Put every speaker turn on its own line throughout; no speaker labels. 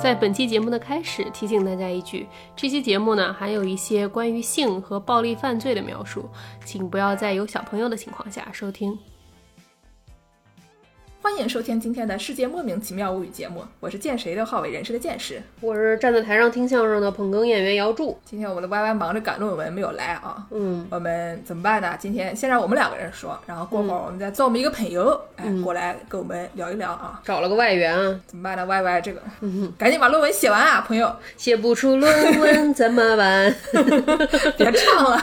在本期节目的开始，提醒大家一句：这期节目呢含有一些关于性和暴力犯罪的描述，请不要在有小朋友的情况下收听。
欢迎收听今天的《世界莫名其妙物语》节目，我是见谁都好为人师的见识。
我是站在台上听相声的捧哏演员姚柱。
今天我们的 Y Y 忙着赶论文没有来啊，
嗯，
我们怎么办呢？今天先让我们两个人说，然后过会儿我们再造我们一个朋友，哎，过来跟我们聊一聊啊，
找了个外援啊，
怎么办呢？Y Y 这个，赶紧把论文写完啊，朋友，
写不出论文怎么办？
别唱了。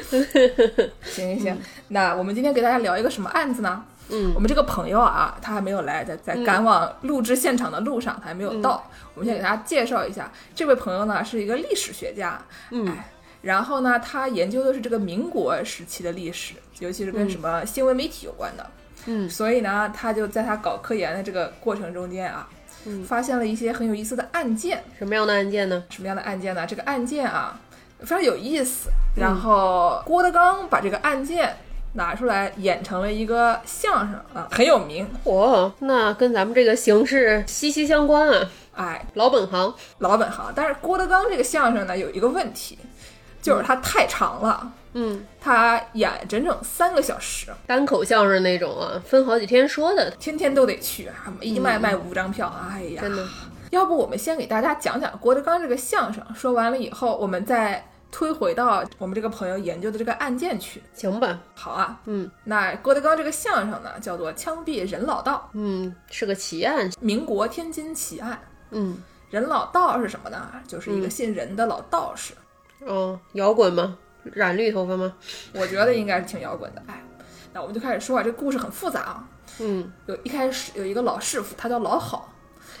行行行，那我们今天给大家聊一个什么案子呢？
嗯，
我们这个朋友啊，他还没有来，在在赶往录制现场的路上，他还没有到。
嗯
我们先给大家介绍一下，这位朋友呢是一个历史学家，
嗯
哎，然后呢，他研究的是这个民国时期的历史，尤其是跟什么新闻媒体有关的。
嗯
所以呢，他就在他搞科研的这个过程中间啊，
嗯
发现了一些很有意思的案件。
什么样的案件呢？
什么样的案件呢？这个案件啊非常有意思。然后郭德纲把这个案件拿出来演成了一个相声啊，很有名。
哦，那跟咱们这个形式息息相关啊，
哎，
老本行。
老本行。但是郭德纲这个相声呢，有一个问题，就是它太长了，
嗯，
他演整整三个小时，
单口相声那种啊，分好几天说的，
天天都得去啊，一卖卖五张票，哎呀，
真的。
要不我们先给大家讲讲郭德纲这个相声，说完了以后，我们再推回到我们这个朋友研究的这个案件去。
行吧，
好啊，
嗯
那郭德纲这个相声呢，叫做《枪毙任老道
嗯，是个奇案》，，
民国天津奇案。
嗯，
任老道是什么呢？就是一个姓任的老道士，
哦，摇滚吗？染绿头发吗？
我觉得应该是挺摇滚的。哎，那我们就开始说啊，这故事很复杂啊。
嗯，
有一开始有一个老师傅，他叫老好，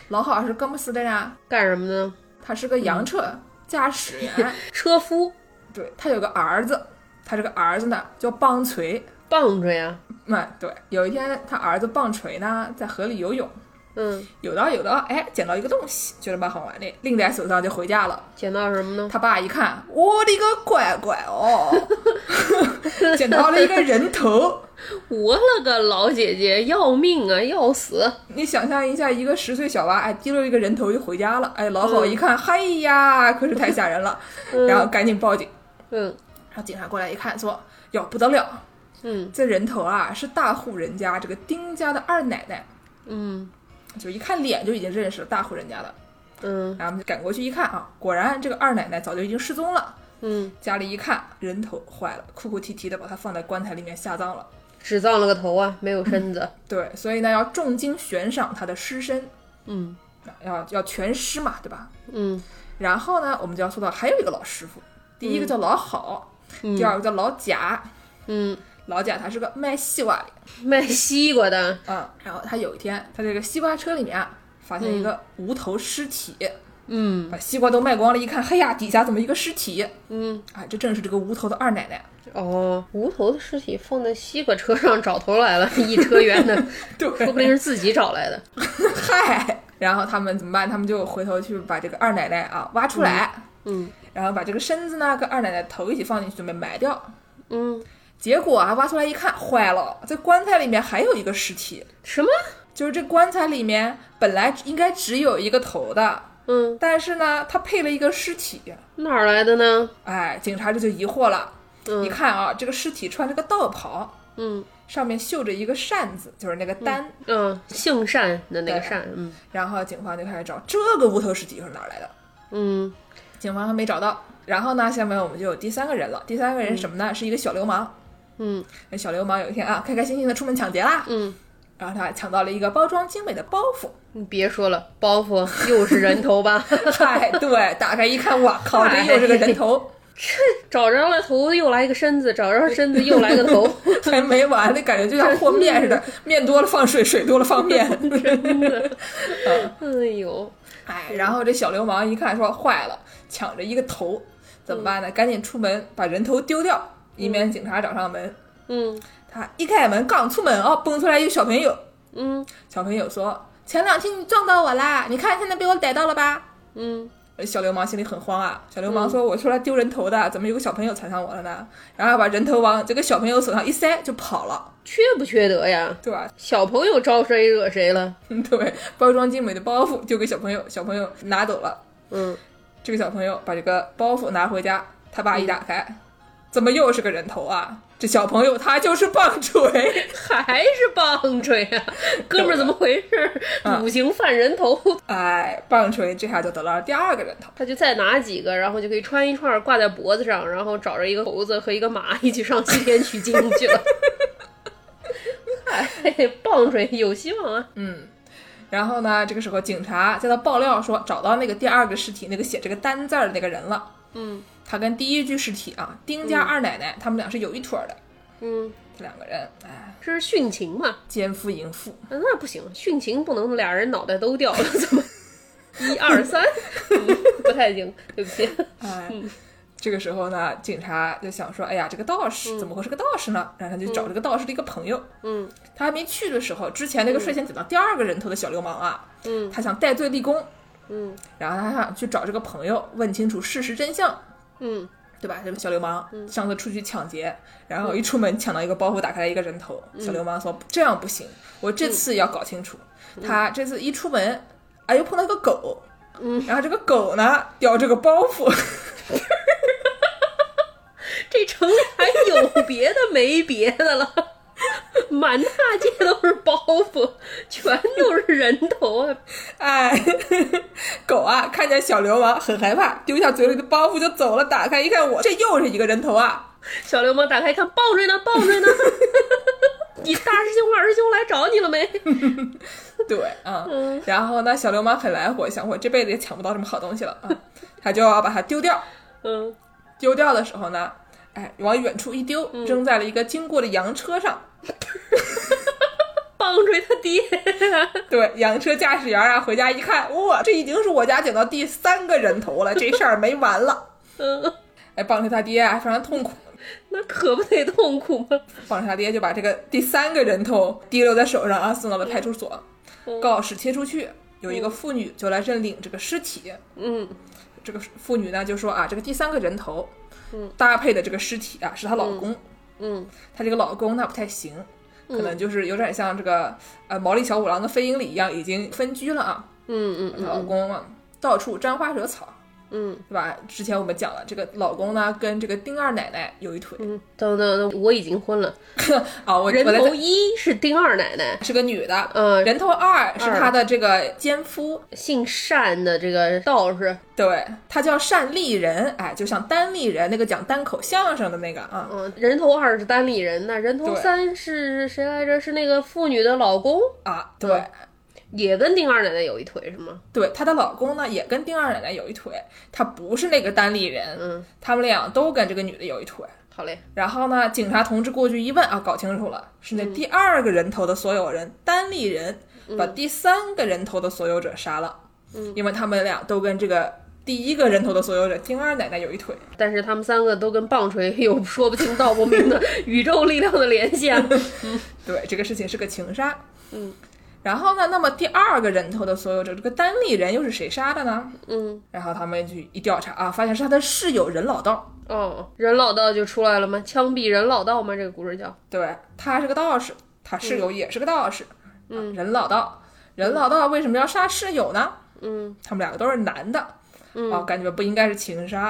老好是干么事的呀？
干什么呢？
他是个洋车驾驶员，
车夫
对他有个儿子，他这个儿子呢叫棒槌。
棒槌呀，
嗯，对，有一天他儿子棒槌呢在河里游泳，
嗯，
有的有的，哎，捡到一个东西，觉得蛮好玩的，拎在手上就回家了。
捡到什么呢？
他爸一看，我的个乖乖哦，捡到了一个人头。
我了个老姐姐，要命啊，要死！
你想象一下，一个十岁小娃，哎，提溜一个人头就回家了。哎，老郝一看，嗨呀，可是太吓人了，然后赶紧报警。
嗯
然后警察过来一看，说哟不得了，
嗯
这人头啊是大户人家这个丁家的二奶奶，
嗯
就一看脸就已经认识了大户人家了。
嗯
然后我们就赶过去一看啊，果然这个二奶奶早就已经失踪了。
嗯，
家里一看人头坏了，哭哭啼啼的把它放在棺材里面下葬了。
只葬了个头啊，没有身子。
对，所以呢要重金悬赏他的尸身，
嗯
啊要要全尸嘛，对吧？
嗯
然后呢，我们就要说到还有一个老师傅，第一个叫老好，第二个叫老贾。
嗯，
老贾他是个卖西瓜的，
卖西瓜的，
嗯，然后他有一天，他这个西瓜车里面啊发现一个无头尸体，
嗯
把西瓜都卖光了，一看，嘿呀，底下怎么一个尸体？
嗯，
啊，这正是这个无头的二奶奶。
哦，无头的尸体放在西瓜车上找头来了，一车圆 的，
对，
说不定是自己找来的。
嗨，然后他们怎么办？他们就回头去把这个二奶奶啊挖出来，
嗯
然后把这个身子呢跟二奶奶头一起放进去，准备埋掉。
嗯，
结果啊，挖出来一看，坏了，这棺材里面还有一个尸体，
什么？
就是这棺材里面本来应该只有一个头的，
嗯，
但是呢，它配了一个尸体。
哪儿来的呢？
哎，警察这就疑惑了，
嗯
一看啊，这个尸体穿着个道袍，
嗯
上面绣着一个扇子，就是那个单。
嗯，姓单的那个
对
单，嗯
然后警方就开始找这个无头尸体是哪儿来的。
嗯
警方还没找到。然后呢，下面我们就有第三个人了。第三个人是什么呢？是一个小流氓。
嗯
那小流氓有一天啊，开开心心的出门抢劫啦，
嗯，
然后他抢到了一个包装精美的包袱。
你别说了，包袱又是人头吧？
嗨，对，打开一看，哇靠，这
嗨
又是个人头，
找着了头又来个身子，找着身子又来个头，
还没完，那感觉就像和面似的，面多了放水，水多了放面。
哎呦，
哎，然后这小流氓一看说坏了，抢着一个头，怎么
嗯
办呢？赶紧出门把人头丢掉，以免警察找上门。
嗯
他一开门，刚出门哦，蹦出来一个小朋友，
嗯
小朋友说：“前两天你撞到我啦，你看现在被我逮到了吧哎
嗯？”
小流氓心里很慌啊，小流氓说：“我说来丢人头的，怎么有个小朋友缠上我了呢？”然后把人头往这个小朋友手上一塞就跑了，
缺不缺德呀？
对吧？
小朋友招谁惹谁了？
对，包装精美的包袱丢给小朋友，小朋友拿走了。
嗯，
这个小朋友把这个包袱拿回家，他爸一打开，怎么又是个人头啊？这小朋友他就是棒槌，
还是棒槌呀，哥们儿怎么回事？
啊
五行犯人头，
哎，棒槌这下就得到第二个人头。
他就再拿几个，然后就可以穿一串挂在脖子上，然后找着一个猴子和一个马一起上西天取经去了。 哎，棒槌有希望啊！
然后呢，这个时候警察叫他爆料说找到那个第二个尸体，那个写这个单字儿的那个人了。
嗯
他跟第一具尸体啊，丁家二奶奶，他们俩是有一腿儿的，
嗯，
这两个人，哎，
这是殉情嘛？
奸夫淫妇，
啊那不行，殉情不能俩人脑袋都掉了，怎么？一二三，嗯不太行，对不起。
哎。
嗯
这个时候呢，警察就想说，哎呀，这个道士怎么会是个道士呢？然后他就找这个道士的一个朋友，
嗯，
他还没去的时候，之前那个率先捡到第二个人头的小流氓啊，
嗯，
他想戴罪立功，
嗯
然后他想去找这个朋友问清楚事实真相，
嗯，
对吧？这个小流氓上次出去抢劫，然
嗯
后一出门抢到一个包袱，打开来一个人头。小流氓说：“这样不行，我
嗯
这次要搞清楚。他这次一出门，哎，又碰到一个狗，
嗯
然后这个狗呢叼着个包袱，
这城里还有别的没别的了， 满大街都是包袱，全都是人头啊！
哎， 狗啊看见小流氓很害怕，丢下嘴里的包袱就走了。打开一看我，这又是一个人头啊！
小流氓打开看，抱着呢，抱着呢。 你大师兄、二师兄来找你了没？
对啊，然后呢，小流氓很来火，想我这辈子也抢不到什么好东西了啊，他就要把它丢掉。”
嗯
丢掉的时候呢，哎，往远处一丢，扔在了一个经过的洋车上。
棒槌他爹，
对，洋车驾驶员啊，回家一看，哇，这已经是我家捡到第三个人头了，这事儿没完了。
嗯，
哎，棒槌他爹啊，非常痛苦，
那可不得痛苦吗？
棒槌他爹就把这个第三个人头提溜在手上啊，送到了派出所，
嗯
告示贴出去，有一个妇女就来认领这个尸体。
嗯
这个妇女呢就说啊，这个第三个人头，
嗯，
搭配的这个尸体啊是她老公，
嗯
她这个老公那不太行，可能就是有点像这个呃毛利小五郎跟飞鹰里一样，已经分居了啊。
嗯
她
嗯
老公啊，到处沾花惹草，
嗯
对吧？之前我们讲了，这个老公呢跟这个丁二奶奶有一腿
嗯，等等等，我已经婚了。
啊。我我
人
来
头
再
一是丁二奶奶，
是个女的，
嗯、
人头二是
二
她的这个奸夫，
姓单的这个道士，
对，她叫单立人，哎，就像单立人那个讲单口相声的那个啊，
嗯、人头二是单立人呐，人头
对
三是谁来着？是那个妇女的老公，
啊，对。
也跟丁二奶奶有一腿是吗？
对，她的老公呢也跟丁二奶奶有一腿，他不是那个单立人，
嗯，
他们俩都跟这个女的有一腿。
好嘞，
然后呢，警察同志过去一问啊，搞清楚了，是那第二个人头的所有人、单立人把第三个人头的所有者杀了，嗯，因为他们俩都跟这个第一个人头的所有者丁二奶奶有一腿。
但是他们三个都跟棒槌 有说不清道不明的宇宙力量的连线。
对，这个事情是个情杀。
嗯，
然后呢，那么第二个人头的所有者，这个单立人又是谁杀的呢？
嗯，
然后他们去一调查啊，发现是他的室友任老道。
哦，人老道就出来了吗？枪毙人老道吗？这个故事叫
对，他是个道士，他
嗯
室友也是个道士，嗯，人老道，人老道为什么要杀室友呢？
嗯，
他们两个都是男的，嗯、啊，感觉不应该是情杀，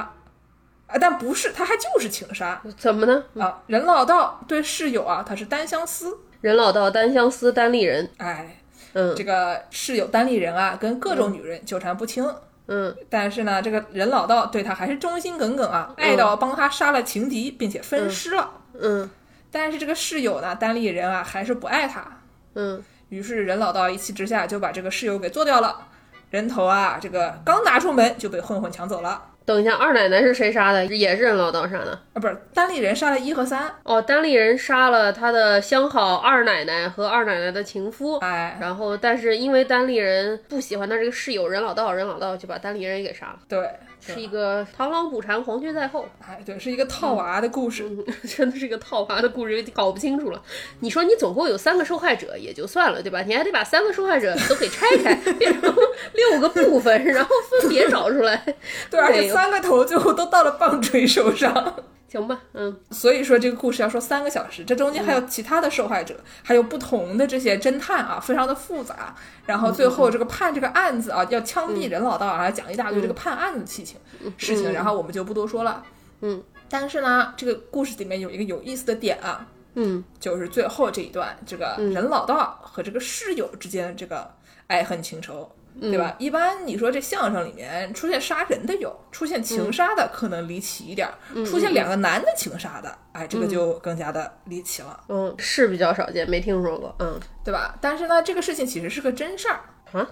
啊，但不是，他还就是情杀
怎么呢？
啊。人老道对室友啊，他是单相思，
人老道单相思，单立人。
哎，
嗯
这个室友单立人啊，跟各种女人纠缠不清。
嗯，
但是呢，这个人老道对他还是忠心耿耿啊，爱到帮他杀了情敌，并且分尸了。
嗯
但是这个室友呢，单立人啊，还是不爱他，
嗯
于是任老道一气之下就把这个室友给做掉了。人头啊，这个刚拿出门就被混混抢走了啊，
等一下，二奶奶是谁杀的？也是人老道杀的。
不是单立人杀了一和三，
哦，单立人杀了他的相好二奶奶和二奶奶的情夫。
哎，
然后，但是因为单立人不喜欢他这个室友任老道，任老道就把单立人也给杀了。
对，吧
是一个螳螂捕蝉，黄雀在后，
哎，对，是一个套娃的故事。
嗯 真的是一个套娃的故事，搞不清楚了。你说你总共有三个受害者也就算了，对吧？你还得把三个受害者都给拆开， 变成六个部分，然后分别找出来，
对，而
没
且
有
三个头最后都到了棒槌手上，
行吧？嗯，
所以说这个故事要说三个小时，这中间还有其他的受害者，还有不同的这些侦探啊，非常的复杂。然后最后这个判这个案子啊，要枪毙任老道啊，讲一大堆这个判案子的事情事情，然后我们就不多说了。
嗯，
但是呢，这个故事里面有一个有意思的点啊，
嗯，
就是最后这一段，这个任老道和这个室友之间的这个爱恨情仇。对吧？一般你说这相声里面出现杀人的有，出现情杀的可能离奇一点儿，出现两个男的情杀的，哎，这个就更加的离奇了，
嗯，是比较少见，没听说过。嗯
对吧？但是呢，这个事情其实是个真事儿
啊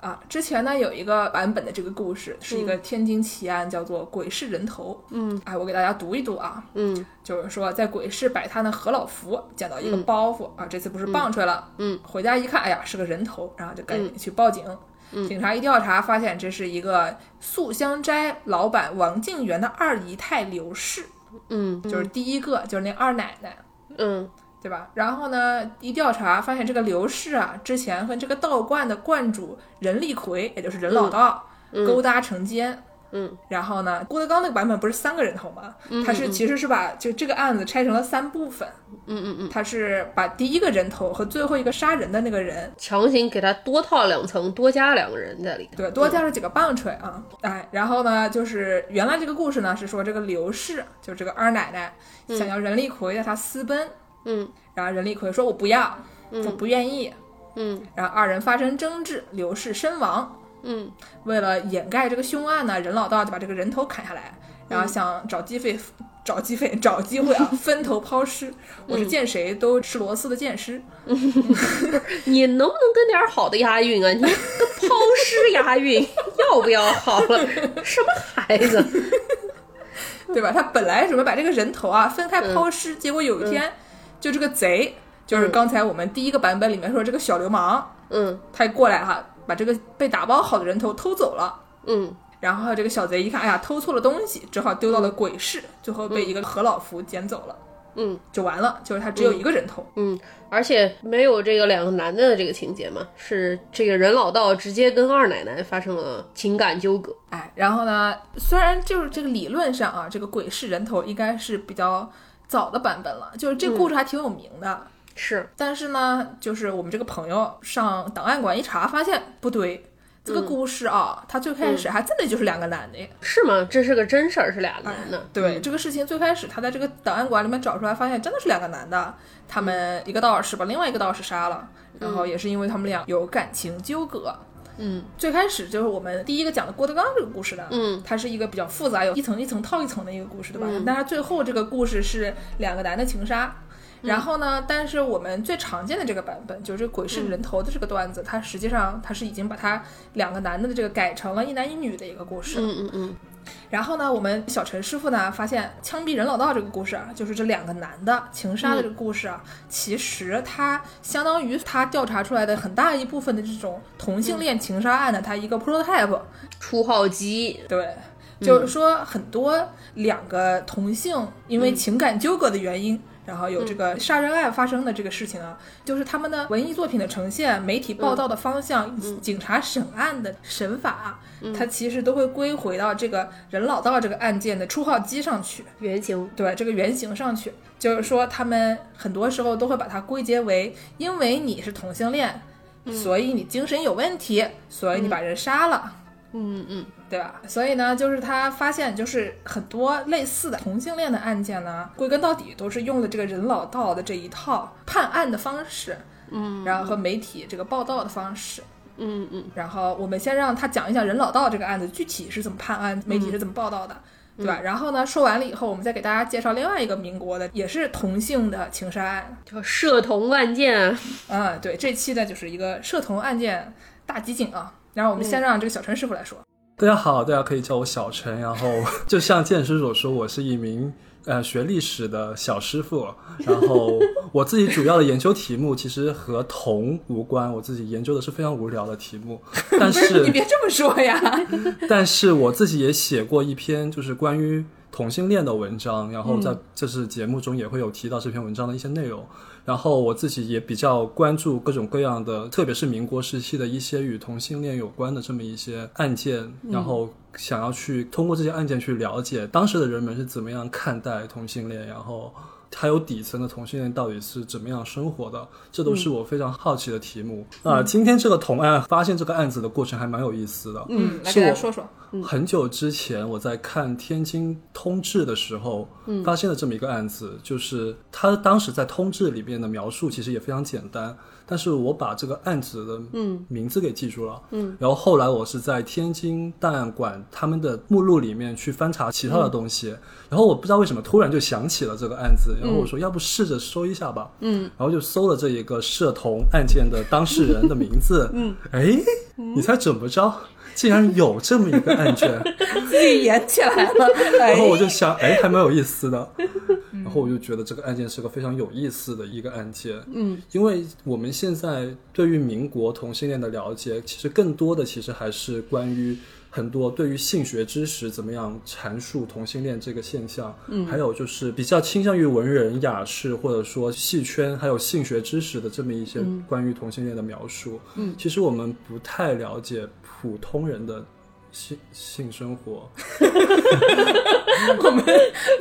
啊。之前呢有一个版本的这个故事是一个天津奇案，叫做《鬼市人头》。嗯，哎，我给大家读一读啊。
嗯
就是说，在鬼市摆摊的何老福捡到一个包袱、啊，这次不是棒槌了，
嗯，
回家一看，哎呀，是个人头，然后就赶紧去报警。
嗯
警察一调查，发现这是一个素香斋老板王静元的二姨太刘氏，
嗯
就是第一个，就是那二奶奶，
嗯
对吧？然后呢，一调查发现这个刘氏啊，之前和这个道观的观主任立奎，也就是任老道、勾搭成奸。
嗯，
然后呢，郭德纲那个版本不是三个人头吗？他是其实是把就这个案子拆成了三部分。
嗯嗯嗯，
他是把第一个人头和最后一个杀人的那个人，
强行给他多套两层，多加两个人在里头。
对，多加了几个棒槌啊，哎，然后呢，就是原来这个故事呢是说这个刘氏，就这个二奶奶想要任立奎带她私奔，
嗯
然后任立奎说我不要，我不愿意，
嗯
然后二人发生争执，刘氏身亡。
嗯
为了掩盖这个凶案呢，任老道就把这个人头砍下来，然后想找机会、找机会、 找机会啊，分头抛尸。我是见谁都吃螺丝的剑师，
你能不能跟点儿好的押韵啊？你跟抛尸押韵 要不要好了？什么孩子？
对吧？他本来准备把这个人头啊分开抛尸，结果有一天，就这个贼，就是刚才我们第一个版本里面说这个小流氓，
嗯
他过来哈、把这个被打包好的人头偷走了。
嗯
然后这个小贼一看，哎呀，偷错了东西，只好丢到了鬼市，最后被一个何老福捡走了。
嗯，
就完了，就是他只有一个人头。
嗯，而且没有这个两个男的的这个情节嘛，是这个任老道直接跟二奶奶发生了情感纠葛。
哎，然后呢，虽然就是这个理论上啊，这个鬼市人头应该是比较早的版本了，就是这故事还挺有名的。
是，
但是呢，就是我们这个朋友上档案馆一查，发现不对，这个故事啊，它最开始还真的就是两个男的。
是吗？这是个真事儿，是俩男的。
对、这个事情，最开始他在这个档案馆里面找出来，发现真的是两个男的，他们一个道士把另外一个道士杀了，然后也是因为他们俩有感情纠葛。
嗯
最开始就是我们第一个讲的郭德纲这个故事呢，
嗯，
它是一个比较复杂，有一层一层套一层的一个故事，对吧？但是最后这个故事是两个男的情杀。然后呢？但是我们最常见的这个版本，就是这个鬼市人头的这个段子，它实际上它是已经把它两个男的的这个改成了一男一女的一个故事。
嗯嗯嗯
然后呢，我们小陈师傅呢发现枪毙任老道这个故事啊，就是这两个男的情杀的这个故事啊，其实它相当于他调查出来的很大一部分的这种同性恋情杀案的它一个 prototype，
初号机。
对。就是说，很多两个同性因为情感纠葛的原因，然后有这个杀人案发生的这个事情啊，就是他们的文艺作品的呈现、媒体报道的方向、以及警察审案的审法，啊它其实都会归回到这个任老道这个案件的初号机上去。
原型，
对这个原型上去，就是说他们很多时候都会把它归结为，因为你是同性恋，所以你精神有问题，所以你把人杀了。
嗯嗯
对吧？所以呢，就是他发现，就是很多类似的同性恋的案件呢，归根到底都是用了这个人老道的这一套判案的方式，嗯，然后和媒体这个报道的方式。
嗯嗯
然后我们先让他讲一讲人老道这个案子具体是怎么判案，媒体是怎么报道的，对吧？然后呢，说完了以后，我们再给大家介绍另外一个民国的，也是同性的情杀案。
嗯，叫涉童啊案件。
嗯，对，这期呢就是一个涉童案件大集锦啊。然后我们先让这个小陈师傅来说。
大家好，大家可以叫我小陈。然后， 就像剑师所说，我是一名呃学历史的小师傅。然后我自己主要的研究题目其实和铜无关，我自己研究的是非常无聊的题目，但是
你别这么说呀，
但是我自己也写过一篇，就是关于同性恋的文章，然后在这次节目中也会有提到这篇文章的一些内容。然后我自己也比较关注各种各样的，特别是民国时期的一些与同性恋有关的这么一些案件，然后想要去通过这些案件去了解当时的人们是怎么样看待同性恋，然后。还有底层的同性恋到底是怎么样生活的，这都是我非常好奇的题目啊、今天这个同案发现这个案子的过程还蛮有意思的，
嗯，来
是
给大家
我
说说，
很久之前，我在看《天津通志》的时候，发现了这么一个案子，就是他当时在《通志》里面的描述其实也非常简单，但是我把这个案子的名字给记住了，嗯，然后后来我是在天津档案馆他们的目录里面去翻查其他的东西，然后我不知道为什么突然就想起了这个案子，然后我说要不试着搜一下吧，嗯，然后就搜了这一个涉同案件的当事人的名字，嗯，哎，你猜怎么着？竟然有这么一个案 卷，
自己演起来了，哎
然后我就想，哎，嗯还蛮有意思的。然后我就觉得这个案件是个非常有意思的一个案件，嗯，因为我们现在对于民国同性恋的了解，其实更多的其实还是关于很多对于性学知识怎么样阐述同性恋这个现象，嗯，还有就是比较倾向于文人雅士或者说戏圈还有性学知识的这么一些关于同性恋的描述，嗯，其实我们不太了解普通人的性性生活，
我们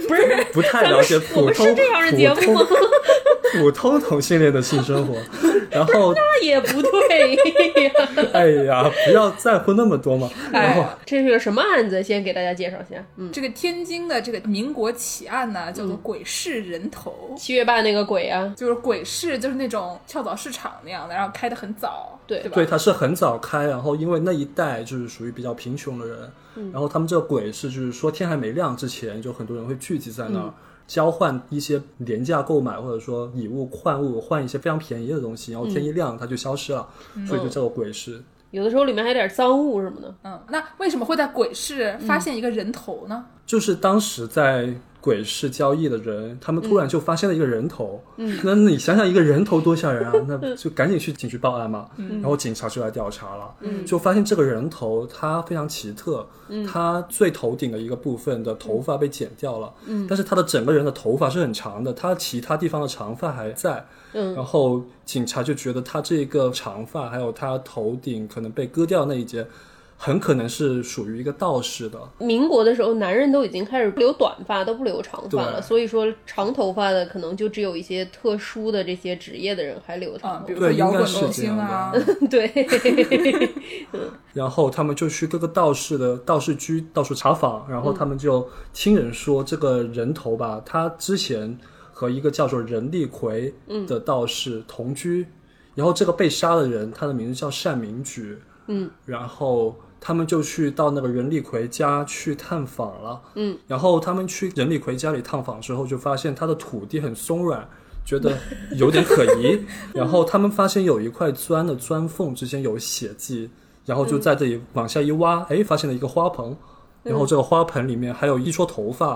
不是
不太了解
我
普
们
通
是这样的节目吗
普通 普通同性恋的性生 活，然后
那也不对呀。
哎呀，不要在乎那么多嘛。然后
哎
这是个什么案子？先给大家介绍一下。嗯，
这个天津的这个民国奇案呢，叫做鬼市人头，
七月半那个鬼啊，
就是鬼市就是那种跳蚤市场那样的，然后开的很早，
对
对吧？
对，他是很早开，然后因为那一带就是属于比较贫穷的人，
嗯
然后他们这个鬼市就是说天还没亮之前，就很多人会聚集在那儿。
嗯
交换一些廉价购买，或者说以物换物，换一些非常便宜的东西，然后
嗯
天一亮它就消失了，所以就叫做鬼市。
有的时候里面还有点脏物什么的。
嗯，那为什么会在鬼市发现一个人头呢？
就是当时在鬼市交易的人，他们突然就发现了一个人头。嗯，那你想想一个人头多吓人啊！那就赶紧去警局报案嘛。然后警察就来调查了。嗯，就发现这个人头他非常奇特，他最头顶的一个部分的头发被剪掉了，嗯，但是他的整个人的头发是很长的，他其他地方的长发还在。嗯，然后警察就觉得他这个长发还有他头顶可能被割掉那一截。很可能是属于一个道士的，
民国的时候，男人都已经开始留短发，都不留长发了。
对
所以说，长头发的可能就只有一些特殊的这些职业的人还留
啊、
长头发。
比如说
对
摇
应该
滚
是
明
这
星
样的
啊，
对，
然后他们就去各个道士的道士居到处查访，然后他们就听人说这个人头吧，他之前和一个叫做任立奎的道士同居，然后这个被杀的人他的名字叫单明举，嗯，然后他们就去到那个任立奎家去探访了，嗯，然后他们去任立奎家里探访之后，就发现他的土地很松软。觉得有点可疑，然后他们发现有一块砖的砖缝之间有血迹，然后就在这里往下一挖，哎，发现了一个花盆，然后这个花盆里面还有一撮头发，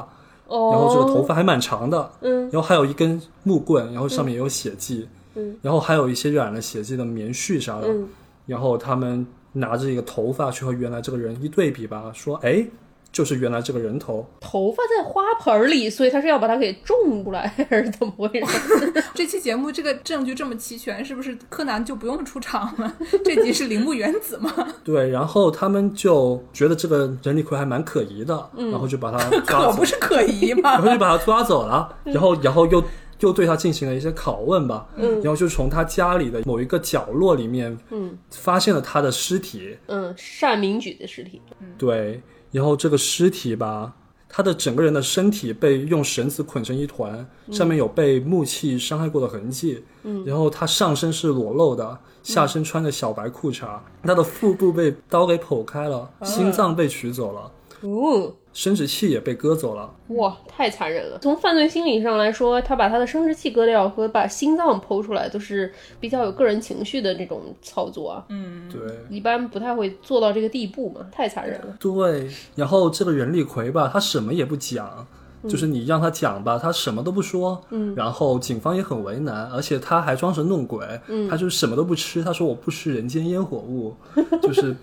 哦，
然后这个头发还蛮长的，
嗯，
然后还有一根木棍，然后上面也有血迹，嗯，然后还有一些染了血迹的棉絮啥的，
嗯
然后他们拿着一个头发去和原来这个人一对比吧，说哎，就是原来这个人头，
头发在花盆里，所以他是要把它给种出来，还是怎么回 事？
这期节目这个证据这么齐全，是不是柯南就不用出场了？ 这集是铃木原子 吗？
对，然后他们就觉得这个人力魁还蛮可疑的，然后就把他抓
嗯 可
走
不是嗯可疑吗
然？ 后就把他抓走了，然后然后又又对他进行了一些拷问吧，
嗯
然后就从他家里的某一个角落里面，嗯，发现了他的尸体，
嗯，单明举的尸体。
对，然后这个尸体吧，他的整个人的身体被用绳子捆成一团，上面有被木器伤害过的痕迹，嗯，然后他上身是裸露的，下身穿着小白裤衩，他的腹部被刀给剖开了，心脏被取走了，
哦，
生殖器也被割走了。
哇，太残忍了！从犯罪心理上来说，他把他的生殖器割掉和把心脏剖出来，都是比较有个人情绪的这种操作啊，
嗯
对，
一般不太会做到这个地步嘛，太残忍了。
对，然后这个袁立奎吧，他什么也不讲，就是你让他讲吧，他什么都不说，嗯，然后警方也很为难，而且他还装神弄鬼，嗯，他就是什么都不吃，他说我不吃人间烟火 物，就是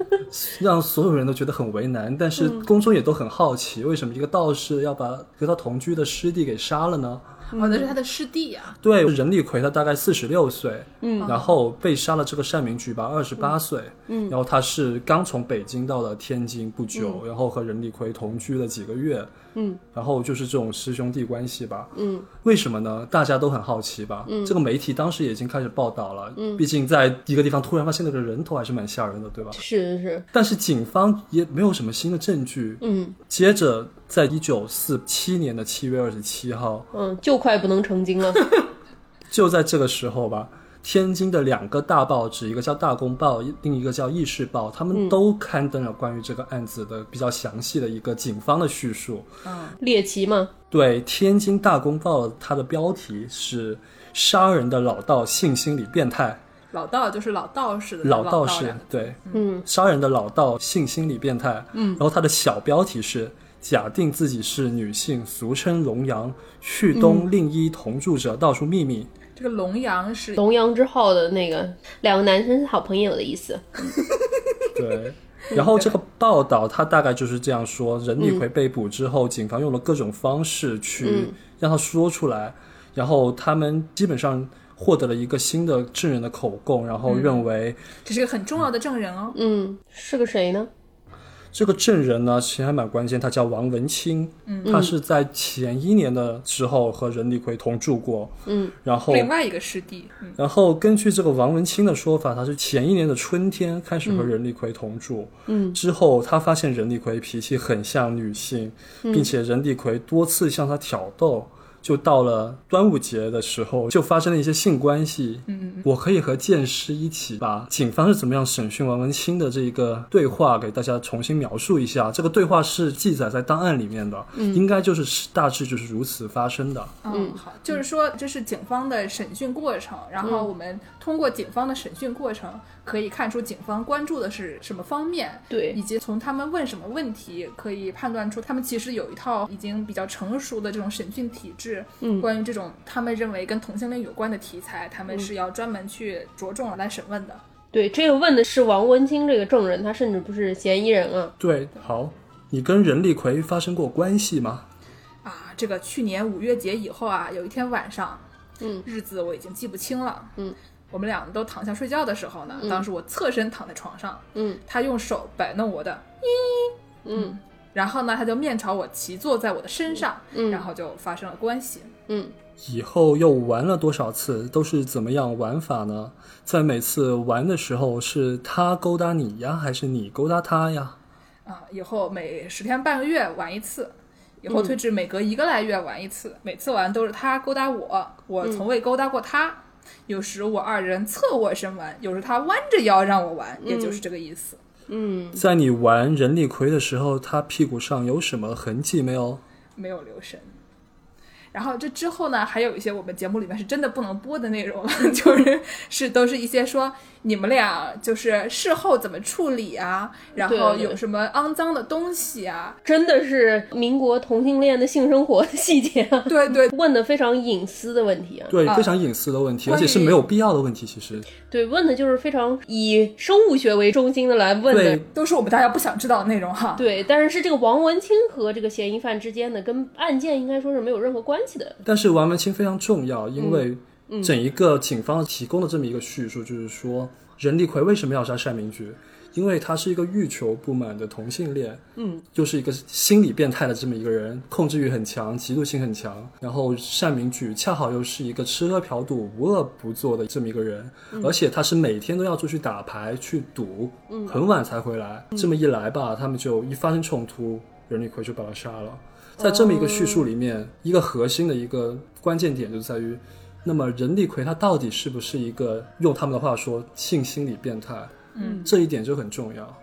让所有人都觉得很为难，但是公众也都很好奇，为什么一个道士要把和他同居的师弟给杀了呢？
哦，那是他的师弟啊呀、
对，任力奎他大概四十六岁，嗯，然后被杀了这个善民局吧，二十八岁，嗯，然后他是刚从北京到了天津不久，然后和任力奎同居了几个月，嗯，然后就是这种师兄弟关系吧，嗯，为什么呢？大家都很好奇吧，嗯，这个媒体当时已经开始报道了，嗯，毕竟在一个地方突然发现那个人头还是蛮吓人的，对吧？
是是是，
但是警方也没有什么新的证据，嗯，接着在一九四七年的七月二十七号，
嗯，就快不能成精了。
就在这个时候吧，天津的两个大报纸，一个叫《大公报》，另一个叫《议事报》，他们都刊登了关于这个案子的比较详细的一个警方的叙述。
猎奇嘛，
对，《天津大公报》它的标题是“杀人的老道性心理变态”。
老道就是老道士的
老
道
道士
两个，
对，嗯，杀人的老道性心理变态，嗯，然后他的小标题是假定自己是女性，俗称龙阳，去东另一同住者到处秘密，
这个龙阳是
龙阳之后的那个两个男生是好朋友的意思。
对。然后这个报道他大概就是这样说：任立奎被捕之后，警方用了各种方式去让他说出来，然后他们基本上获得了一个新的证人的口供，然后认为
这是个很重要的证人哦。
嗯，是个谁呢？
这个证人呢，其实还蛮关键，他叫王文清，他是在前一年的时候和任立奎同住过，嗯，然后
另外一个师弟，嗯，
然后根据这个王文清的说法，他是前一年的春天开始和任立奎同住，嗯，之后他发现任立奎脾气很像女性，并且任立奎多次向他挑逗。就到了端午节的时候，就发生了一些性关系。嗯，我可以和剑师一起把警方是怎么样审讯王文清的这一个对话给大家重新描述一下。这个对话是记载在档案里面的，应该就是大致就是如此发生的。
嗯，好，就是说这是警方的审讯过程，然后我们通过警方的审讯过程，可以看出警方关注的是什么方面，
对
以及从他们问什么问题，可以判断出他们其实有一套已经比较成熟的这种审讯体制，嗯，关于这种他们认为跟同性恋有关的题材，他们是要专门去着重来审问的。
对，这个问的是王文清这个证人，他甚至不是嫌疑人啊。
对，好，你跟任立奎发生过关系吗？
啊，这个去年五月节以后啊，有一天晚上，
嗯，
日子我已经记不清了，嗯，我们俩都躺下睡觉的时候呢，当时我侧身躺在床上，
嗯，
他用手摆弄我的，咦，
嗯，
然后呢，他就面朝我骑坐在我的身上，嗯，然后就发生了关系，
嗯，
以后又玩了多少次？都是怎么样玩法呢？在每次玩的时候，是他勾搭你呀，还是你勾搭他呀？
啊，以后每十天半个月玩一次。以后推至每隔一个来月玩一次，每次玩都是他勾搭我，我从未勾搭过他。有时我二人侧卧身玩，有时他弯着腰让我玩，也就是这个意思。
在你玩任力奎的时候，他屁股上有什么痕迹没有？
没有留神。然后这之后呢，还有一些我们节目里面是真的不能播的内容了， 就是是都是一些说你们俩就是事后怎么处理啊，然后
对对
有什么肮脏的东西啊，
真的是民国同性恋的性生活的细节啊，
对对
问的非常隐私的问题啊。
对，非常隐私的问题，而且是
关于
没有必要的问题。其实，
对，问的就是非常以生物学为中心的来问的
对。
都是我们大家不想知道的内容哈。
对，但是是这个王文清和这个嫌疑犯之间的，跟案件应该说是没有任何关系的。
但是王文清非常重要，因为整一个警方提供的这么一个叙述，就是说任力奎为什么要杀单明菊，因为他是一个欲求不满的同性恋，嗯，又是一个心理变态的这么一个人，控制欲很强，嫉妒心很强。然后单明菊恰好又是一个吃喝嫖赌无恶不作的这么一个人，而且他是每天都要出去打牌去赌，嗯，很晚才回来。这么一来吧，他们就一发生冲突，任力奎就把他杀了。在这么一个叙述里面，一个核心的一个关键点就在于，那么任力奎他到底是不是一个用他们的话说性心理变态？嗯，这一点就很重要。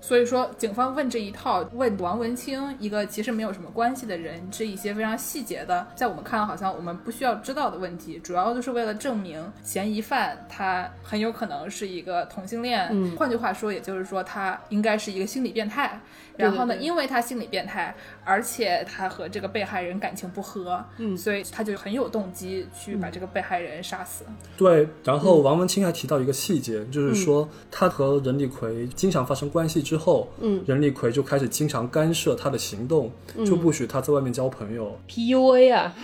所以说，警方问这一套，问王文清一个其实没有什么关系的人，这一些非常细节的，在我们看来好像我们不需要知道的问题，主要就是为了证明嫌疑犯他很有可能是一个同性恋。
嗯
换句话说，也就是说他应该是一个心理变态。然后呢，
对对对
因为他心理变态，而且他和这个被害人感情不和，
嗯
所以他就很有动机去把这个被害人杀死。
对，然后王文清还提到一个细节，就是说他和任力奎经常发生关系之后，
嗯，
任力奎就开始经常干涉他的行动，就不许他在外面交朋友，
PUA 啊，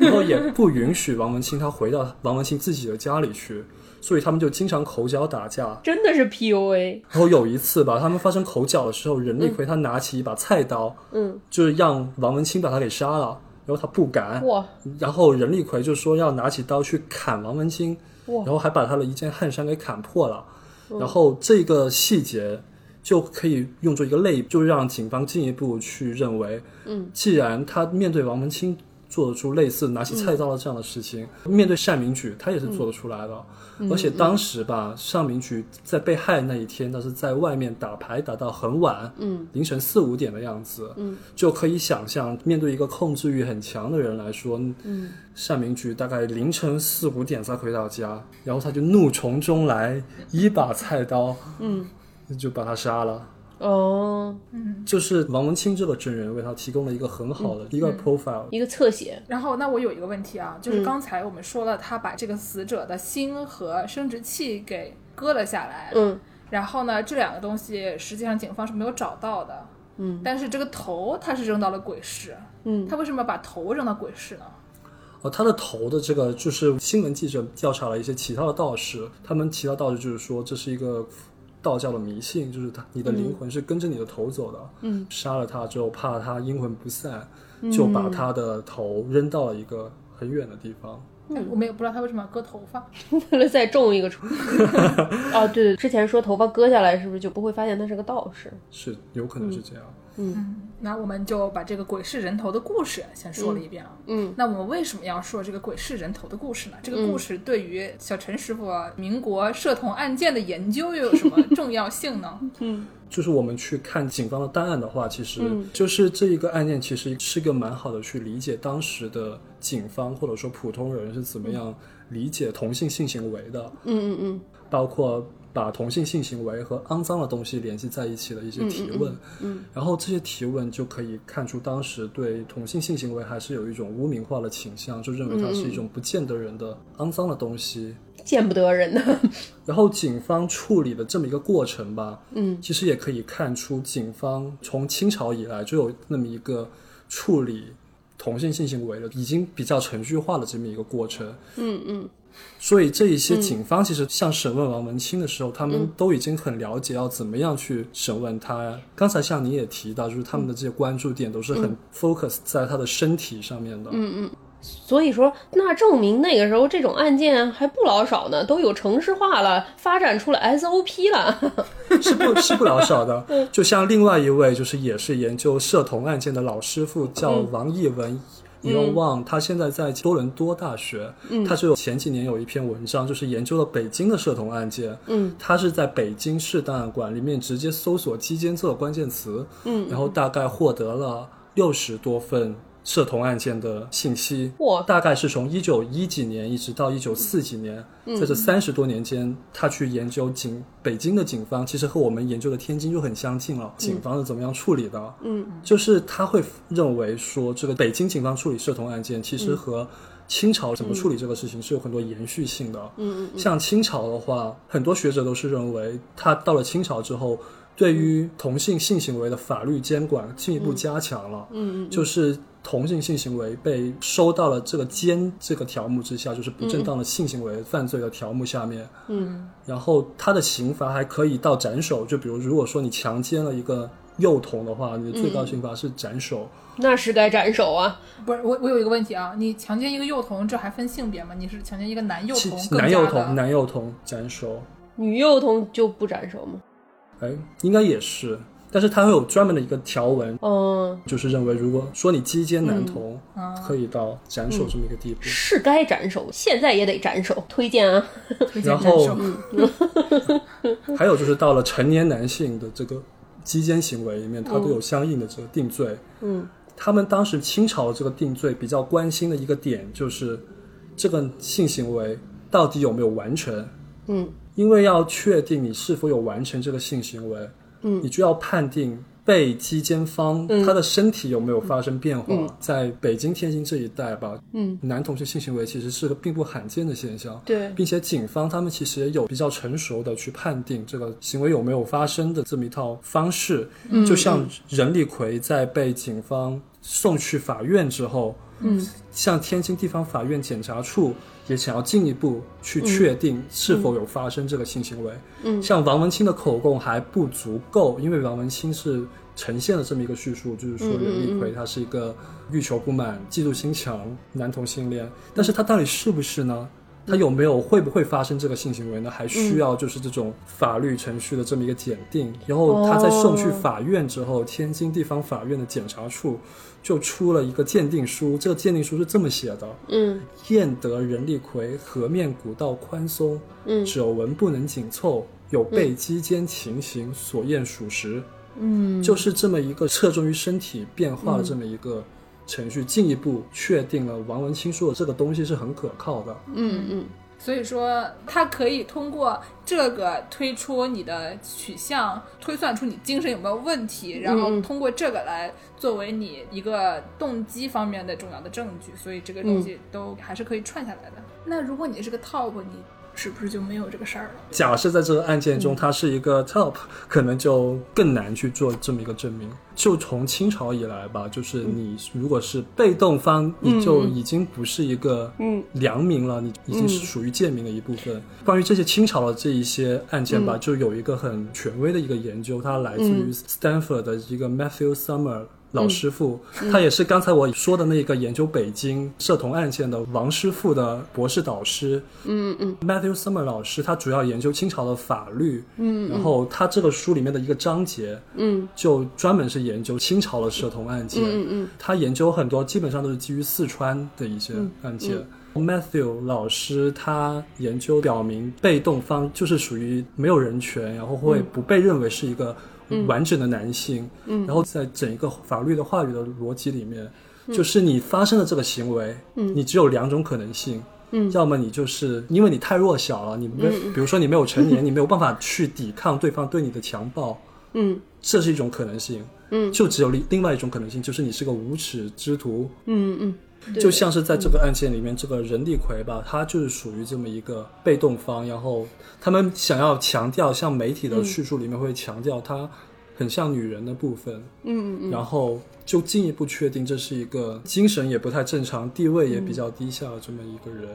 然后也不允许王文清他回到王文清自己的家里去，所以他们就经常口角打架。
真的是 PUA，
然后有一次吧，他们发生口角的时候，任力奎他拿起一把菜刀，
嗯，
就是让王文清把他给杀了，然后他不敢，
哇，
然后任力奎就说要拿起刀去砍王文清，
哇
然后还把他的一件汗衫给砍破了。然后这个细节就可以用作一个类，就让警方进一步去认为，
嗯，
既然他面对王文清做得出类似拿起菜刀的这样的事情，
嗯
面对单明举他也是做得出来的。而且当时吧，单明举在被害那一天，他是在外面打牌打到很晚，
嗯，
凌晨四五点的样子，嗯，就可以想象，面对一个控制欲很强的人来说，嗯，单明菊大概凌晨四五点才回到家，然后他就怒从中来，一把菜刀，
嗯，
就把他杀了。
哦，
就是王文清这个证人为他提供了一个很好的一个 profile，、
一个侧写，
然后，那我有一个问题
嗯
啊，就是刚才我们说了，他把这个死者的心和生殖器给割了下来，
嗯
然后呢，这两个东西实际上警方是没有找到的，
嗯，
但是这个头他是扔到了鬼市，
嗯
他为什么把头扔到鬼市呢？
呃，他的头的这个就是新闻记者调查了一些其他的道士，他们其他道士就是说这是一个道教的迷信，就是他你的灵魂是跟着你的头走的。
嗯，
杀了他之后，怕他阴魂不散，就把他的头扔到了一个很远的地方。
哎
嗯
我们也不知道他为什么要割头发，
为了再种一个 出。哦，对对，之前说头发割下来是不是就不会发现他是个道士？
是有可能是这样。
嗯
嗯那我们就把这个鬼市人头的故事先说了一遍啊。
嗯
那我们为什么要说这个鬼市人头的故事呢？这个故事对于小陈师傅啊民国涉童案件的研究又有什 么重要性呢？
就是我们去看警方的档案的话，其实
嗯
就是这一个案件，其实是一个蛮好的去理解当时的警方或者说普通人是
嗯
怎么样理解同性性行为的。
嗯嗯嗯，
包括把同性性行为和肮脏的东西联系在一起的一些提问，
嗯
然后这些提问就可以看出当时对同性性行为还是有一种污名化的倾向，就认为它是一种不见得人的肮脏的东西。
见不得人的。
然后警方处理的这么一个过程吧，
嗯
其实也可以看出警方从清朝以来就有那么一个处理同性性行为的已经比较程序化的这么一个过程。
嗯嗯
所以这一些警方其实像审问王文清的时候，他
嗯
们都已经很了解要怎么样去审问他。刚才像你也提到，就是他们的这些关注点都是很 focus 在他的身体上面的。
嗯嗯。所以说，那证明那个时候这种案件还不老少呢，都有城市化了，发展出了 SOP 了。
是不，是不老少的。就像另外一位，就是也是研究涉童案件的老师傅，叫
嗯
王义文。遗忘忘，他现在在多伦多大学，
嗯
他就有前几年有一篇文章，就是研究了北京的涉童案件。
嗯，
他是在北京市档案馆里面直接搜索“基监测”关键词，
嗯，
然后大概获得了六十多份涉童案件的信息。
哇
大概是从一九一几年一直到一九四几年，
嗯
在这三十多年间，他去研究警北京的警方，其实和我们研究的天津就很相近了。警方是怎么样处理的？
嗯，
就是他会认为说，这个北京警方处理涉童案件，其实和清朝怎么处理这个事情是有很多延续性的。
嗯
像清朝的话，很多学者都是认为，他到了清朝之后，对于同性性行为的法律监管进一步加强了。
嗯嗯
就是同性性行为被收到了这个“奸”这个条目之下，就是不正当的性行为犯罪的条目下面。
嗯
然后他的刑罚还可以到斩首，就比如如果说你强奸了一个幼童的话，你的最高刑罚是斩首。
那是该斩首啊！
不是我，我有一个问题啊，你强奸一个幼童，这还分性别吗？你是强奸一个男幼
其
童，更
男
加
幼
的
童，男幼童斩首，
女幼童就不斩首吗？
哎，应该也是，但是他会有专门的一个条文，
嗯，
就是认为如果说你基奸男童，
嗯
可以到斩首这么一个地步。
是该斩首，现在也得斩首，推荐啊。
推荐
然
人
后
手，
还有就是到了成年男性的这个鸡奸行为里面，它都有相应的这个定罪。
嗯
他们当时清朝这个定罪比较关心的一个点就是，这个性行为到底有没有完成？
嗯
因为要确定你是否有完成这个性行为，
嗯
你就要判定被鸡奸方
嗯
他的身体有没有发生变化。在北京、天津这一带吧，
嗯，
男同性性行为其实是个并不罕见的现象。
对，
并且警方他们其实也有比较成熟的去判定这个行为有没有发生的这么一套方式，
嗯
就像任立奎在被警方送去法院之后，
嗯
向天津地方法院检察处也想要进一步去确定是否有发生这个性行为。
嗯
像王文清的口供还不足够，因为王文清是呈现了这么一个叙述，就是说
嗯嗯
袁立奎他是一个欲求不满、嫉妒心强、男同性恋，但是他到底是不是呢？他有没有会不会发生这个性行为呢？还
嗯
需要就是这种法律程序的这么一个检定，然后他在送
哦
去法院之后，天津地方法院的检察处就出了一个鉴定书，这个鉴定书是这么写的：
嗯
验得任立奎颌面骨道宽松，
嗯
指纹不能紧凑，有被肌间情形所验属实，
嗯
就是这么一个侧重于身体变化的这么一个程序，进一步确定了王文清说的这个东西是很可靠的。
嗯嗯，
所以说，它可以通过这个推出你的取向，推算出你精神有没有问题，然后通过这个来作为你一个动机方面的重要的证据。所以这个东西都还是可以串下来的。那如果你是个 top，你是不是就没有这个事儿了？
假设在这个案件中，它是一个 top，可能就更难去做这么一个证明。就从清朝以来吧，就是你如果是被动方，你就已经不是一个
嗯
良民了，你已经是属于贱民的一部分。关于这些清朝的这一些案件吧，就有一个很权威的一个研究，它来自于 Stanford 的一个 Matthew Summer。老师傅，他也是刚才我说的那个研究北京涉童案件的王师傅的博士导师。Matthew Summer 老师，他主要研究清朝的法律，嗯，然后他这个书里面的一个章节，嗯，就专门是研究清朝的涉童案件，嗯嗯，他研究很多基本上都是基于四川的一些案件。Matthew 老师他研究表明，被动方就是属于没有人权，然后会不被认为是一个完整的男性，嗯嗯，然后在整一个法律的话语的逻辑里面，就是你发生了这个行为，嗯，你只有两种可能性，要么你就是因为你太弱小了，你没，比如说你没有成年，你没有办法去抵抗对方对你的强暴，
嗯
这是一种可能性。
嗯
就只有另另外一种可能性，就是你是个无耻之徒，
嗯嗯
就像是在这个案件里面，这个任立奎吧，他就是属于这么一个被动方，然后他们想要强调，像媒体
嗯
的叙述里面会强调他很像女人的部分，
嗯嗯
然后就进一步确定这是一个精神也不太正常、地位也比较低下的这么一个人。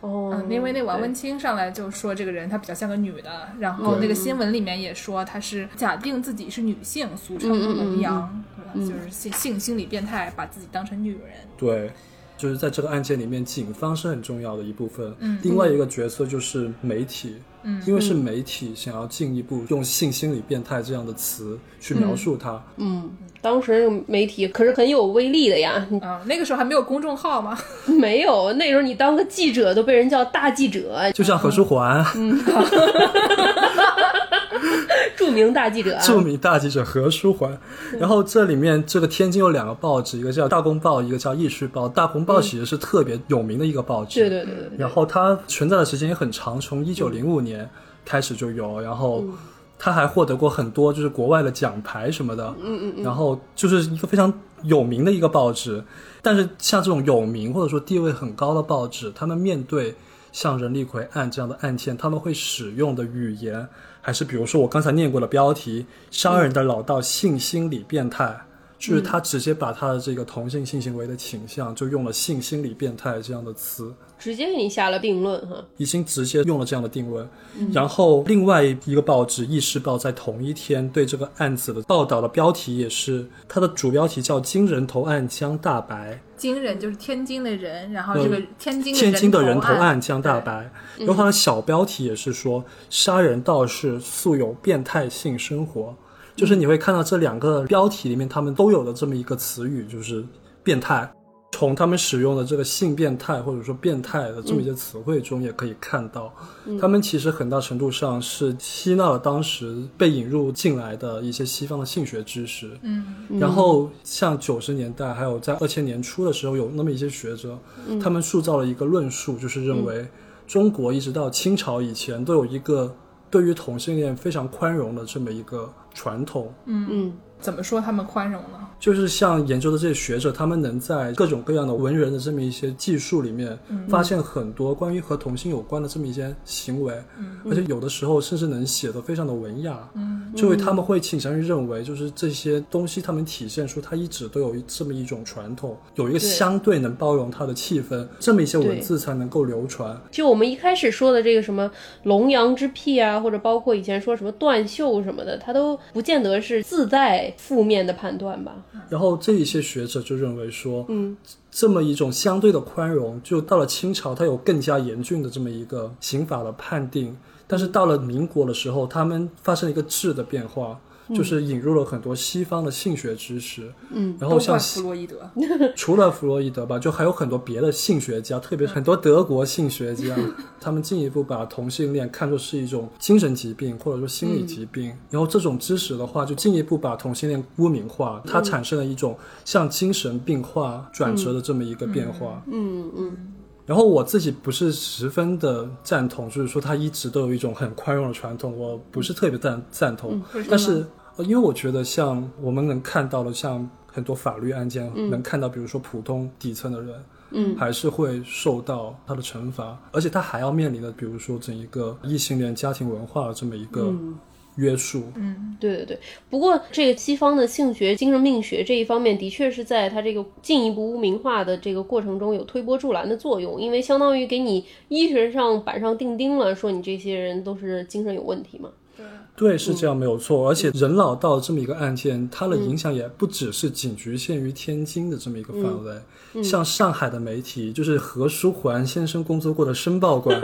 哦
嗯，因为那王文清上来就说这个人他比较像个女的，然后
嗯
那个新闻里面也说他是假定自己是女性，俗称
嗯嗯嗯嗯
龙阳，对吧？就是性性心理变态，把自己当成女人。
对，就是在这个案件里面，警方是很重要的一部分。嗯，另外一个角色就是媒体，
嗯，
因为是媒体想要进一步用性心理变态这样的词去描述它。
嗯，当时那个媒体可是很有威力的呀，
嗯
啊、那个时候还没有公众号吗？
没有那时候你当个记者都被人叫大记者，
就像何书桓，
嗯著名大记者啊，
著名大记者何书桓，然后这里面这个天津有两个报纸，一个叫《大公报》，一个叫《易趣报》。《大公报》其实是特别有名的一个报纸，
嗯对对对对对，
然后它存在的时间也很长，从一九零五年开始就有，然后它还获得过很多就是国外的奖牌什么的，嗯嗯，然后就是一个非常有名的一个报纸。但是像这种有名或者说地位很高的报纸，他们面对像任立奎案这样的案件，他们会使用的语言，还是比如说我刚才念过的标题“商人的老道性心理变态”。就是他直接把他的这个同性性行为的倾向，就用了“性心理变态”这样的词，
直接给你下了定论哈，
已经直接用了这样的定论。然后另外一个报纸《意识报》在同一天对这个案子的报道的标题也是，它的主标题叫“金人头案将大白
金人就是天津的人，然后这个天”，津
天津的人头
案
案嗯将大白。然后它的小标题也是说“杀人道士素有变态性生活”，嗯就是你会看到这两个标题里面他们都有的这么一个词语，就是变态。从他们使用的这个性变态或者说变态的这么一些词汇中，也可以看到，他们其实很大程度上是吸纳了当时被引入进来的一些西方的性学知识。
嗯，
然后像九十年代，还有在二千年初的时候，有那么一些学者，他们塑造了一个论述，就是认为中国一直到清朝以前都有一个对于同性恋非常宽容的这么一个传统。
嗯
怎么说他们宽容呢？
就是像研究的这些学者，他们能在各种各样的文人的这么一些技术里面，发现很多关于和同性有关的这么一些行为，而且有的时候甚至能写得非常的文雅，
嗯
就会他们会倾向于认为，就是这些东西他们体现出它一直都有这么一种传统，有一个相对能包容它的气氛，这么一些文字才能够流传。
就我们一开始说的这个什么龙阳之癖啊，或者包括以前说什么断袖什么的，它都不见得是自带负面的判断吧？
然后这一些学者就认为说，
嗯，
这么一种相对的宽容，就到了清朝，它有更加严峻的这么一个刑法的判定。但是到了民国的时候，他们发生了一个质的变化，
嗯
就是引入了很多西方的性学知识。嗯，然后
都
像
怪弗洛伊德，
嗯
除了弗洛伊德吧，就还有很多别的性学家，特别是很多德国性学家，他们进一步把同性恋看作是一种精神疾病或者说心理疾病。然后这种知识的话，就进一步把同性恋污名化，它产生了一种向精神病化转折的这么一个变化。
嗯嗯
然后我自己不是十分的赞同，就是说他一直都有一种很宽容的传统，我不是特别赞赞同。但是、呃因为我觉得像我们能看到的，像很多法律案件、能看到，比如说普通底层的人，
嗯，
还是会受到他的惩罚，而且他还要面临的，比如说整一个异性恋家庭文化的这么一个约束。
嗯，
对对对。不过这个西方的性学、精神病学这一方面，的确是在它这个进一步污名化的这个过程中有推波助澜的作用，因为相当于给你医学上板上钉钉了，说你这些人都是精神有问题嘛。
对，是这样没有错。而且人老道这么一个案件，它的影响也不只是仅局限于天津的这么一个范围。像上海的媒体，就是何书桓先生工作过的申报馆，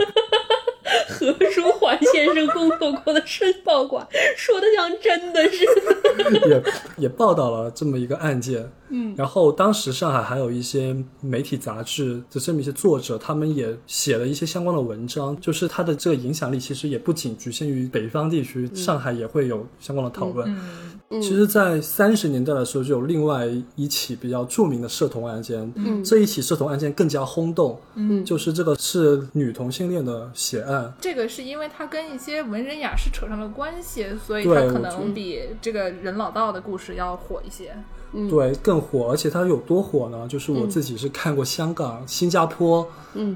何书桓先生工作过的申报馆，说的像真的是。
也也报道了这么一个案件。嗯，然后当时上海还有一些媒体杂志的这么一些作者，他们也写了一些相关的文章，就是它的这个影响力其实也不仅局限于北方地区，上海也会有相关的讨
嗯
论。
嗯
其实，在三十年代的时候，就有另外一起比较著名的涉童案件。嗯，这一起涉童案件更加轰动。嗯，就是这个是女同性恋的血案。
这个是因为他跟一些文人雅士扯上了关系，所以
对
他可
我觉
能比这个人老道的故事要火一些。
对，更火，而且它有多火呢？就是我自己是看过香港、新加坡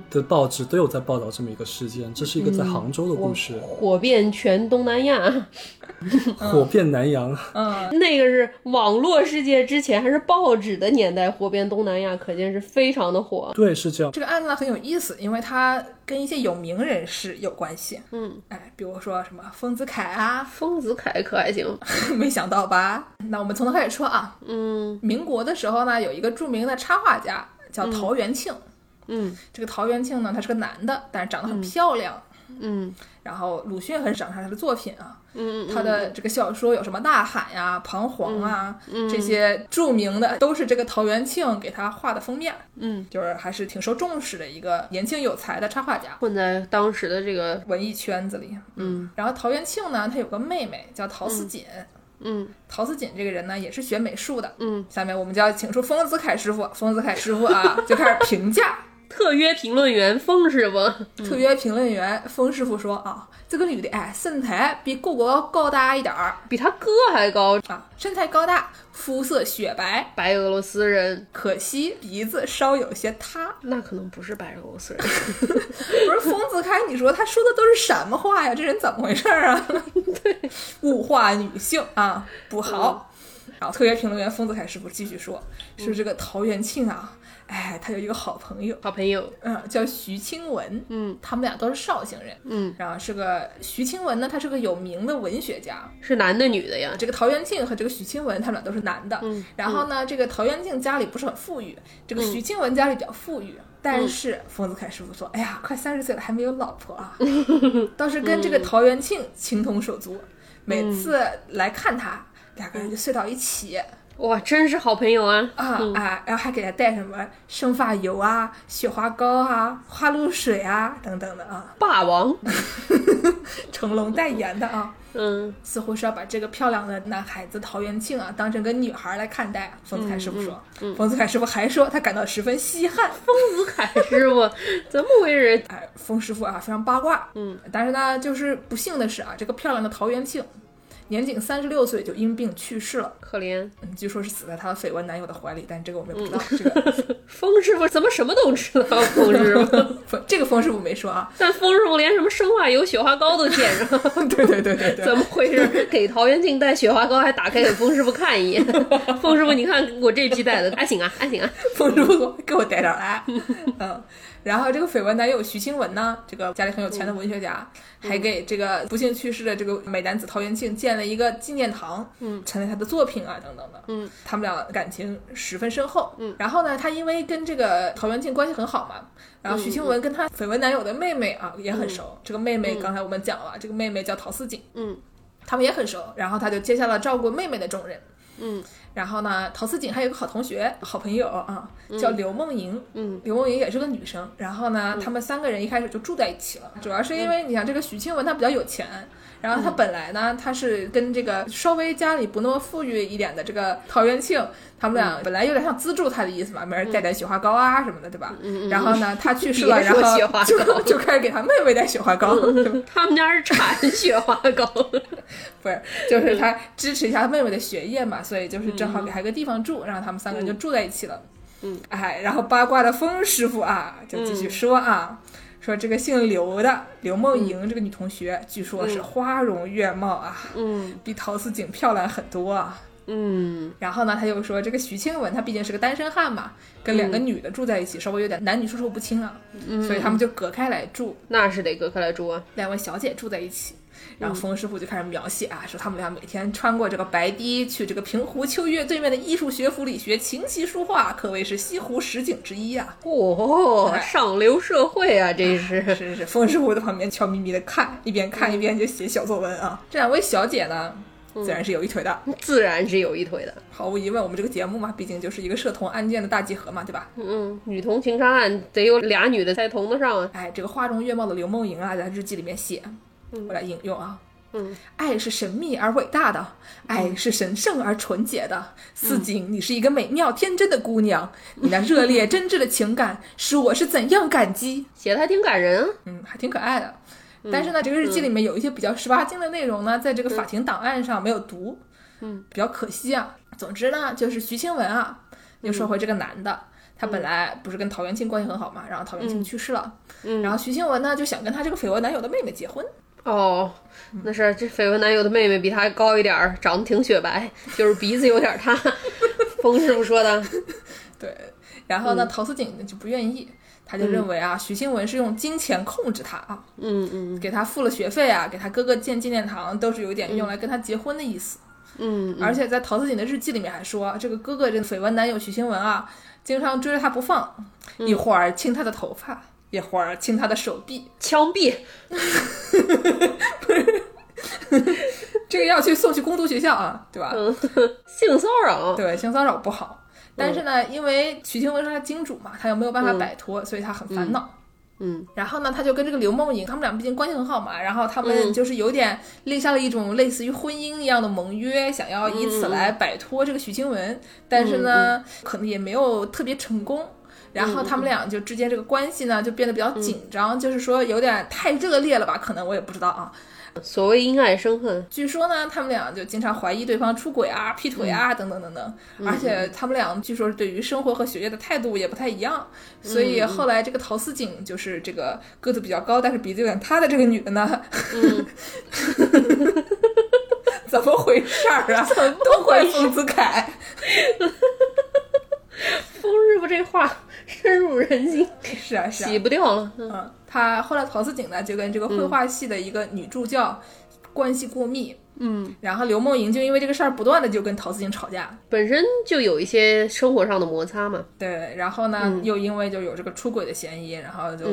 的报纸都有在报道这么一个事件，这是一个在杭州的故事，
火遍全东南亚，
火遍南洋。
那个是网络世界之前还是报纸的年代，火遍东南亚，可见是非常的火。
对，是这样。
这个案子呢很有意思，因为它跟一些有名人士有关系。
嗯，
哎，比如说什么丰子恺啊，
丰子恺可还行，
没想到吧？那我们从头开始说啊。
嗯
民国的时候呢，有一个著名的插画家叫陶元庆。
嗯
这个陶元庆呢，他是个男的，但是长得很漂亮。
嗯
然后鲁迅很赏识他的作品啊，
嗯
他的这个小说有什么《呐喊》呀、《彷徨啊》
嗯
这些著名的，都是这个陶元庆给他画的封面。
嗯，
就是还是挺受重视的一个年轻有才的插画家，
混在当时的这个
文艺圈子里。
嗯
然后陶元庆呢，他有个妹妹叫陶思锦。
嗯
陶思锦这个人呢，也是学美术的。
嗯，
下面我们就要请出丰子恺师傅，丰子恺师傅 啊，就开始评价
特约评论员丰师 傅，
特约评论员丰师傅说啊，这个女的哎，身材比各国高大一点儿
比他哥还高，
啊，身材高大，肤色雪白，
白俄罗斯人，
可惜鼻子稍有些塌。
那可能不是白俄罗斯人，
不是丰子恺，你说他说的都是什么话呀？这人怎么回事儿 啊？物化女性啊，不好。
嗯
然后特约评论员丰子恺师傅继续说，是这个陶元庆啊，哎，他有一个好朋友，
好朋友，
嗯，叫徐清文，
嗯，
他们俩都是绍兴人，
嗯，
然后是个徐清文呢，他是个有名的文学家，
是男的女的呀？
这个陶元庆和这个许清文他们俩都是男的，
嗯
然后呢，这个陶元庆家里不是很富裕，这个许清文家里比较富裕。
嗯
但是丰子恺师傅说：“哎呀，快三十岁了还没有老婆 啊！”倒是跟这
嗯
个陶元庆情同手足，每次来看他，两个人就睡到一起，
哇，真是好朋友啊！
啊、
嗯
啊，然后还给他带什么生发油啊、雪花膏啊、花露水啊等等的啊，
霸王，
成龙代言的啊，
嗯，
似乎是要把这个漂亮的男孩子陶元庆啊当成个女孩来看待。丰子恺师傅说，
嗯
丰子恺师傅还说他感到十分稀罕。
丰子恺师傅 怎么回事？
哎，丰师傅啊非常八卦，嗯，但是呢，就是不幸的是啊，这个漂亮的陶元庆。年仅三十六岁就因病去世了，
可怜
嗯据说是死在她的绯闻男友的怀里，但这个我们也
嗯
不知道。这个
风师傅怎么什么都知道？ 风师傅，
不这个风师傅没说啊，
但风师傅连什么生化油、雪花膏都见 上，
对对对对对，
怎么回事？给陶元庆带雪花膏，还打开给 风师傅看一眼。风师傅，你看我这批带的，还行啊，还行啊。
风师傅给我带上来。 嗯，然后这个绯闻男友徐清文呢，这个家里很有钱的文学家，还给这个不幸去世的这个美男子陶元庆建了一个纪念堂，嗯，陈列他的作品啊等等的，嗯，他们俩感情十分深厚，嗯，然后呢，他因为跟这个陶元庆关系很好嘛。然后徐清文跟他绯闻男友的妹妹啊也很熟，这个妹妹刚才我们讲了，这个妹妹叫陶四锦，
嗯，
他们也很熟，然后他就接下了照顾妹妹的重任，
嗯
然后呢，陶思锦还有一个好同学、好朋友啊，叫刘梦莹。
嗯，
刘梦莹也是个女生。然后呢，他们三个人一开始就住在一起了，主要是因为
嗯
你想，这个许清文她比较有钱。然后她本来呢，她是跟这个稍微家里不那么富裕一点的这个陶元庆，他们
嗯
俩本来有点像资助她的意思嘛，每人带点雪花膏啊什么的，对吧？然后呢，她去世了，
嗯 别
然
说雪花
后就
膏嗯
就开始给她妹妹带雪花膏，对吧
他们家是产雪花膏，
不是，
嗯
就是他支持一下妹妹的学业嘛，所以就是正好给她一个地方住，然后他们三个人就住在一起了。嗯，哎，然后八卦的风师傅啊，就继续说啊，
嗯
说这个姓刘的刘梦莹这个女同学，据说是花容月貌啊，
嗯
比陶思锦漂亮很多啊。
嗯
然后呢，他又说这个徐清文他毕竟是个单身汉嘛，跟两个
嗯
女的住在一起，稍微有点男女授受不亲啊，所以他们就隔开来住。
那是得隔开来住啊。
两位小姐住在一起。然后冯师傅就开始描写啊，说他们俩每天穿过这个白堤，去这个平湖秋月对面的艺术学府里学琴棋书画，可谓是西湖十景之一啊。
哦
哎，
上流社会啊，这
是
是。
是是，冯师傅在旁边悄咪咪的看，一边看一边就写小作文啊。嗯这两位小姐呢，自然是有一腿的。
自然是有一腿的，
毫无疑问，我们这个节目嘛，毕竟就是一个涉同案件的大集合嘛，对吧？
嗯，女童情杀案得有俩女的才同得上啊，
哎，这个花容月貌的刘梦莹啊，在日记里面写，我来引用啊。
嗯，
爱是神秘而伟大的，爱是神圣而纯洁的。四锦，你是一个美妙天真的姑娘，你那热烈真挚的情感使我是怎样感激。
写的还挺感人啊。
嗯，还挺可爱的。但是呢，这个日记里面有一些比较十八禁的内容呢，在这个法庭档案上没有读，嗯，比较可惜啊。总之呢，就是徐清文啊，又说回这个男的，他本来不是跟陶元庆关系很好嘛，然后陶元庆去世了，
嗯
然后徐清文呢就想跟他这个绯闻男友的妹妹结婚，
哦，那是这绯闻男友的妹妹比他高一点儿，长得挺雪 白，就是鼻子有点儿 塌。风师傅说的，
对，然后呢，陶思锦呢就不愿意。他就认为啊，徐清文是用金钱控制他啊，
嗯嗯
给他付了学费啊，给他哥哥建纪念堂，都是有一点用来跟他结婚的意思。
嗯，
而且在陶思锦的日记里面还说，这个哥哥这绯闻男友许清文啊，经常追着她不放，
嗯
一会儿亲她的头发，一会儿亲她的手臂，
枪毙，
这个要去送去工读学校啊，对吧？
嗯性骚扰，
对，性骚扰不好。但是呢，因为许清文是他金主嘛，他又没有办法摆脱，所以他很烦恼。
嗯
然后呢，他就跟这个刘梦莹，他们俩毕竟关系很好嘛，然后他们就是有点立下了一种类似于婚姻一样的盟约，想要以此来摆脱这个徐清文，但是呢，可能也没有特别成功。然后他们俩就之间这个关系呢，就变得比较紧张，就是说有点太热烈了吧？可能我也不知道啊。
所谓因爱生恨，
据说呢，他们俩就经常怀疑对方出轨啊、劈腿啊、等等等等，而且他们俩据说对于生活和学业的态度也不太一样，所以后来这个陶思锦就是这个个子比较高，但是鼻子有点塌的这个女的呢， 怎么回事儿啊？都怪丰子恺，
风师傅这话深入人心，
是啊是啊
洗，不掉了。嗯
嗯，他后来陶思锦呢就跟这个绘画系的一个女助教关系过密，
嗯，
然后刘梦莹就因为这个事儿不断的就跟陶子静吵架，
本身就有一些生活上的摩擦嘛。
对，然后呢、
嗯
又因为就有这个出轨的嫌疑，然后就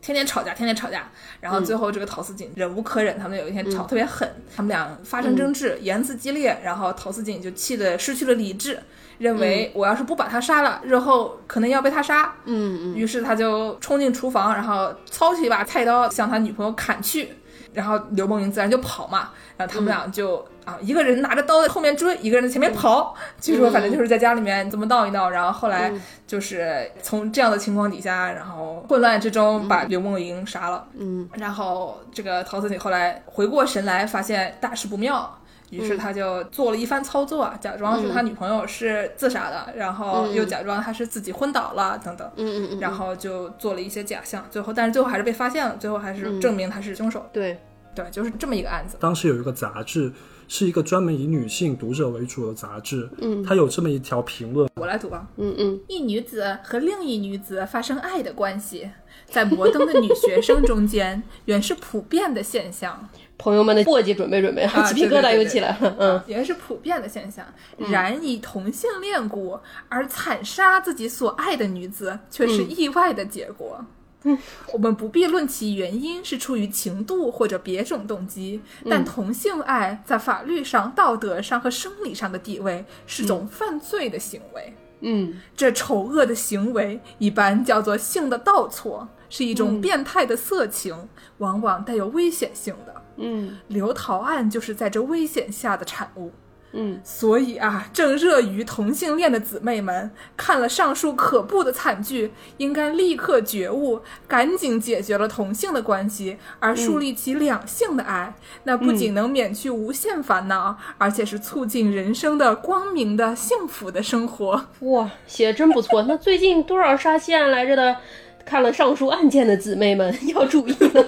天天吵架，天天吵架，
嗯
然后最后这个陶思锦忍无可忍，他们有一天吵得特别狠，他们俩发
嗯
生争执，言辞激烈，然后陶思锦就气得失去了理智。认为我要是不把他杀了，日后可能要被他杀。
嗯
于是他就冲进厨房，然后操起一把菜刀向他女朋友砍去，然后刘梦莹自然就跑嘛，然后他们
嗯
俩就、啊，一个人拿着刀在后面追，一个人在前面跑。
嗯
据说反正就是在家里面这么闹一闹，然后后来就是从这样的情况底下，然后混乱之中把刘梦莹杀了。
嗯，
然后这个陶子锦后来回过神来，发现大事不妙。于
嗯
是他就做了一番操作，假装是他女朋友是自杀的，然后又假装他是自己昏倒了等等，
嗯嗯嗯，
然后就做了一些假象，最后但是最后还是被发现了，最后还
嗯
是证明他是凶手。
对，
对，就是这么一个案子。
当时有一个杂志，是一个专门以女性读者为主的杂志，
嗯
它有这么一条评论，
我来读吧。
嗯嗯
一女子和另一女子发生爱的关系，在摩登的女学生中间原是普遍的现象，
朋友们的簸箕准备准备，
啊
鸡皮疙瘩
对对对
又
对
起来了。嗯，
原是普遍的现象。
嗯
然以同性恋故而惨杀自己所爱的女子，却
嗯
是意外的结果。我们不必论其原因是出于情度或者别种动机，
嗯
但同性爱在法律上、道德上和生理上的地位是
嗯
种犯罪的行为。
嗯，
这丑恶的行为一般叫做性的倒错，是一种变态的色情，往往带有危险性的。
嗯
刘陶案就是在这危险下的产物。
嗯，
所以啊，正热于同性恋的姊妹们，看了上述可怖的惨剧，应该立刻觉悟，赶紧解决了同性的关系，而树立起两性的爱。那不仅能免去无限烦恼，而且是促进人生的光明的、幸福的生活。
哇，写的真不错。那最近多少杀妻案来着的？看了上述案件的姊妹们 要注意了。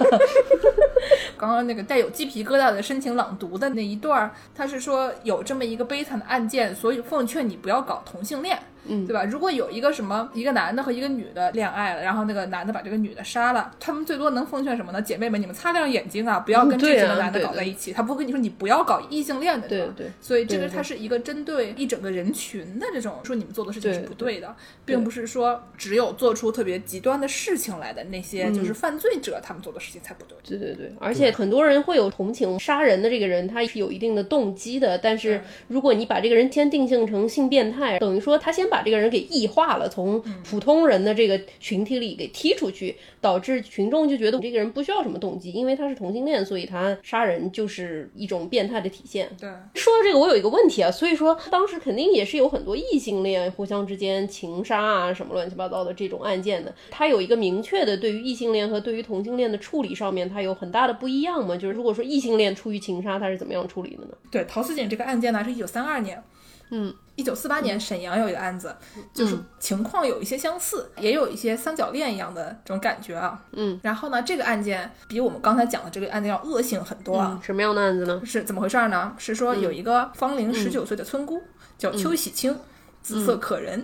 刚刚那个带有鸡皮疙瘩的深情朗读的那一段儿，他是说有这么一个悲惨的案件，所以奉劝你不要搞同性恋，嗯，对吧？如果有一个什么一个男的和一个女的恋爱了，然后那个男的把这个女的杀了，他们最多能奉劝什么呢？姐妹们，你们擦亮眼睛啊，不要跟
嗯
这
对啊
几个男的
对
搞在
对
一起。他不会跟你说你不要搞异性恋的，
对
吧？
对，
所以这个
对对
它是一个针对一整个人群的这种说你们做的事情
对
是不对的，并不是说只有做出特别极端的事情来的那
嗯
些就是犯罪者他们做的事情才不对。
对对对，而且很多人会有同情杀人的这个人，他是有一定的动机的。但是如果你把这个人先定性成性变态，等于说他先把这个人给异化了，从普通人的这个群体里给踢出去，导致群众就觉得这个人不需要什么动机，因为他是同性恋，所以他杀人就是一种变态的体现。
对，
说到这个，我有一个问题啊，所以说当时肯定也是有很多异性恋互相之间情杀啊，什么乱七八糟的这种案件的。它有一个明确的对于异性恋和对于同性恋的处理上面，它有很大的不一样嘛。就是如果说异性恋出于情杀，它是怎么样处理的呢？
对，陶思锦这个案件呢是一九三二年，
嗯，
一九四八年沈阳有一个案子，就是情况有一些相似，也有一些三角恋一样的这种感觉啊。
嗯，
然后呢，这个案件比我们刚才讲的这个案件要恶性很多啊。
什么样的案子呢？
是怎么回事儿呢？是
嗯
说有一个芳龄十九岁的村姑、叫邱喜清，姿色可人。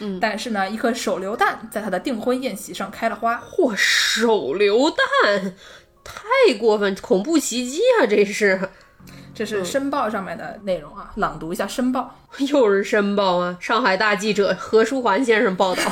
嗯
但是呢，一颗手榴弹在她的订婚宴席上开了花。
嚯，手榴弹，太过分，恐怖袭击啊！这是
这
嗯
是《申报》上面的内容啊，朗读一下《申报
又是申报啊！上海大记者何书桓先生报道。》。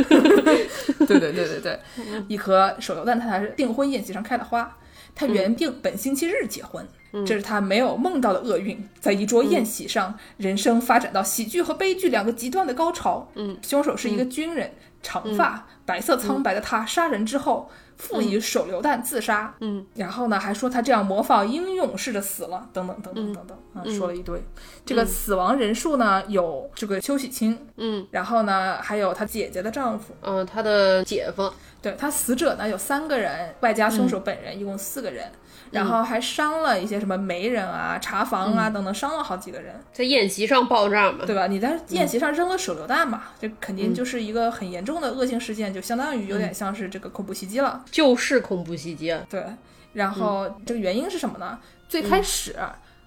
对对对对对，一颗手榴弹在她订婚宴席上开了花。她原定本星期日结婚，这是她没有梦到的厄运，在一桌宴席上，人生发展到喜剧和悲剧两个极端的高潮。嗯，凶手是一个军人，长发、白色苍白的他，杀人之后附以手榴弹自杀。
嗯，
然后呢，还说他这样模仿英勇似的死了，等等等等等等，啊，说了一堆。这个死亡人数呢，有这个邱喜清，
嗯，
然后呢，还有她姐姐的丈夫，
嗯、他的姐夫，
对他死者呢有三个人，外加凶手本人，一共四个人，然后还伤了一些什么媒人啊、茶房啊等等，伤了好几个人，
在宴席上爆炸嘛？
对吧？你在宴席上扔了手榴弹嘛，这肯定就是一个很严重的恶性事件，就相当于有点像是这个恐怖袭击了。
就是恐怖袭击啊！
对，然后这个原因是什么呢？最开始。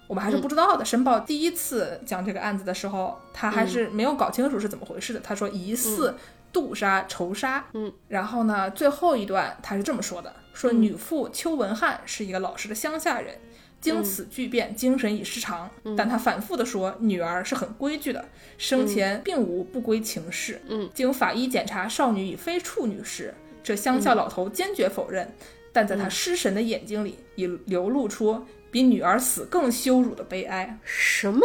我们还是不知道的。申报第一次讲这个案子的时候，他还是没有搞清楚是怎么回事的。他说疑似杜杀、仇杀。
嗯，
然后呢，最后一段他是这么说的：说女妇邱文汉是一个老实的乡下人，经此巨变，精神已失常。但他反复的说，女儿是很规矩的，生前并无不归情事。
嗯，
经法医检查，少女已非处女时，这乡下老头坚决否认。
嗯
但在他失神的眼睛里，已流露出比女儿死更羞辱的悲哀，
什么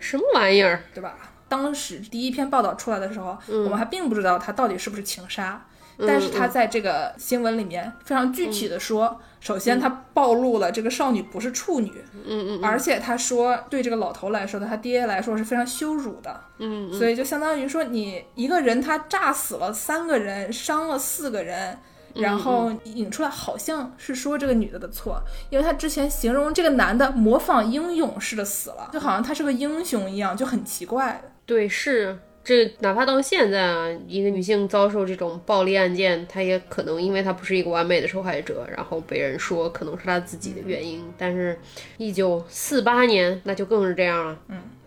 什么玩意儿？
对吧？当时第一篇报道出来的时候，
嗯
我们还并不知道他到底是不是情杀，但是他在这个新闻里面非常具体的说，首先他暴露了这个少女不是处女，
嗯嗯嗯
而且他说对这个老头来说，对他爹来说是非常羞辱的，
嗯
所以就相当于说你一个人他炸死了三个人，伤了四个人。
嗯
然后引出来好像是说这个女的的错，因为她之前形容这个男的模仿英勇似的死了，就好像他是个英雄一样，就很奇怪。
对，是这，哪怕到现在啊，一个女性遭受这种暴力案件，她也可能因为她不是一个完美的受害者，然后被人说可能是她自己的原因。但是，一九四八年那就更是这样了。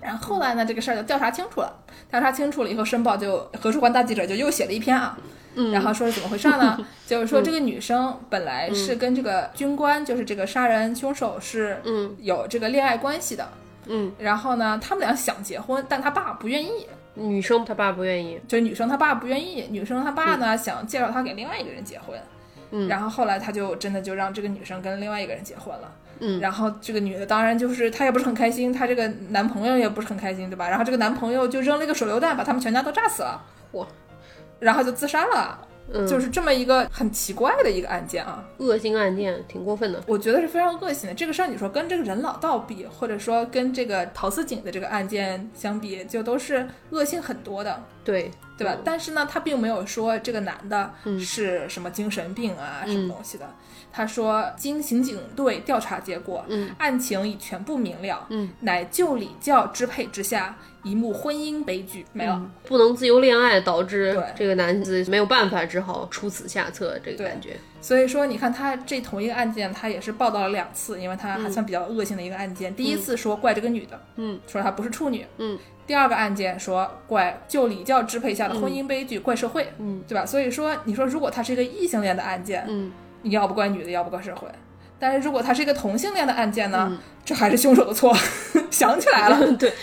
然后后来呢，这个事儿就调查清楚了。调查清楚了以后，申报就何书桓大记者就又写了一篇啊，
嗯
然后说是怎么回 事呢？就是说这个女生本来是跟这个军官，就是这个杀人凶手是
嗯
有这个恋爱关系的，
嗯，
然后呢，他们俩想结婚，但他爸不愿意，
女生她爸不愿意，
就是女生她爸不愿意，女生她爸呢、想介绍她给另外一个人结婚，
嗯
然后后来他就真的就让这个女生跟另外一个人结婚了，
嗯
然后这个女的当然就是她也不是很开心，她这个男朋友也不是很开心，对吧？然后这个男朋友就扔了一个手榴弹，把他们全家都炸死了，
哇，
然后就自杀了，
嗯，
就是这么一个很奇怪的一个案件啊，
恶性案件，挺过分的。
我觉得是非常恶性的。这个事儿你说跟这个人老道比，或者说跟这个陶思锦的这个案件相比，就都是恶性很多的。
对，
对吧？
嗯
但是呢，他并没有说这个男的是什么精神病啊，
嗯
什么东西的。他说，经刑警队调查结果，
嗯
案情已全部明了，
嗯，
乃旧礼教支配之下，一幕婚姻悲剧没了。
不能自由恋爱，导致
对
这个男子没有办法，只好出此下策，这个感觉。
所以说，你看他这同一个案件，他也是报道了两次，因为他还算比较恶性的一个案件。第一次说怪这个女的，
嗯，
说她不是处女，
嗯。
第二个案件说怪旧礼教支配下的婚姻悲剧，怪社会，
嗯，
对吧？所以说，你说如果他是一个异性恋的案件，
嗯，
你要不怪女的，要不怪社会。但是如果他是一个同性恋的案件呢，
嗯
这还是凶手的错。 想起来了，
对，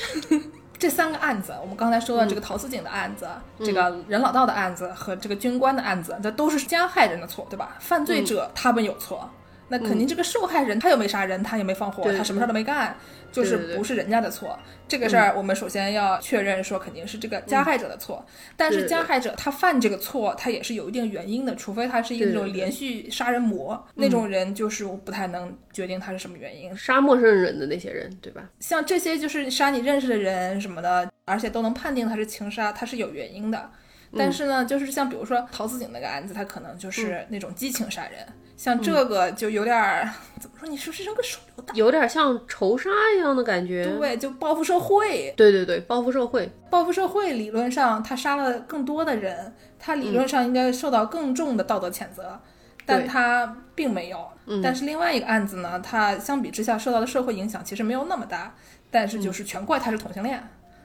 这三个案子，我们刚才说
嗯
的这个陶思景的案子、这个任老道的案子和这个军官的案子，这都是加害人的错，对吧？犯罪
嗯
者他们有错，那肯定这个受害人他又没杀人，他也没放火，
对
他什么事儿都没干，就
对
是
对嗯
不是人家的错。这个事儿我们首先要确认说，肯定是这个加害者的错。
嗯
但
对
是
对
加害者他犯这个错，他也是有一定原因的，除非他是一个那
对
种
对嗯
连续杀人魔那种人，就是我不太能决定他是什么原因。
杀陌生人的那些人，对吧？
像这些就是杀你认识的人什么的，而且都能判定他是情杀，他是有原因的。但是呢，就是像比如说陶子景那个案子，他可能就是那种激情杀人，像这个就有点儿怎么说？你说是扔个手榴弹，
有点像仇杀一样的感觉。
嗯
对，就报复社会。
对对对，报复社会。
报复社会理论上他杀了更多的人，他
嗯
理论上应该受到更重的道德谴责，但他并没有。
嗯
但是另外一个案子呢，他相比之下受到的社会影响其实没有那么大，但是就是全怪他是同性恋。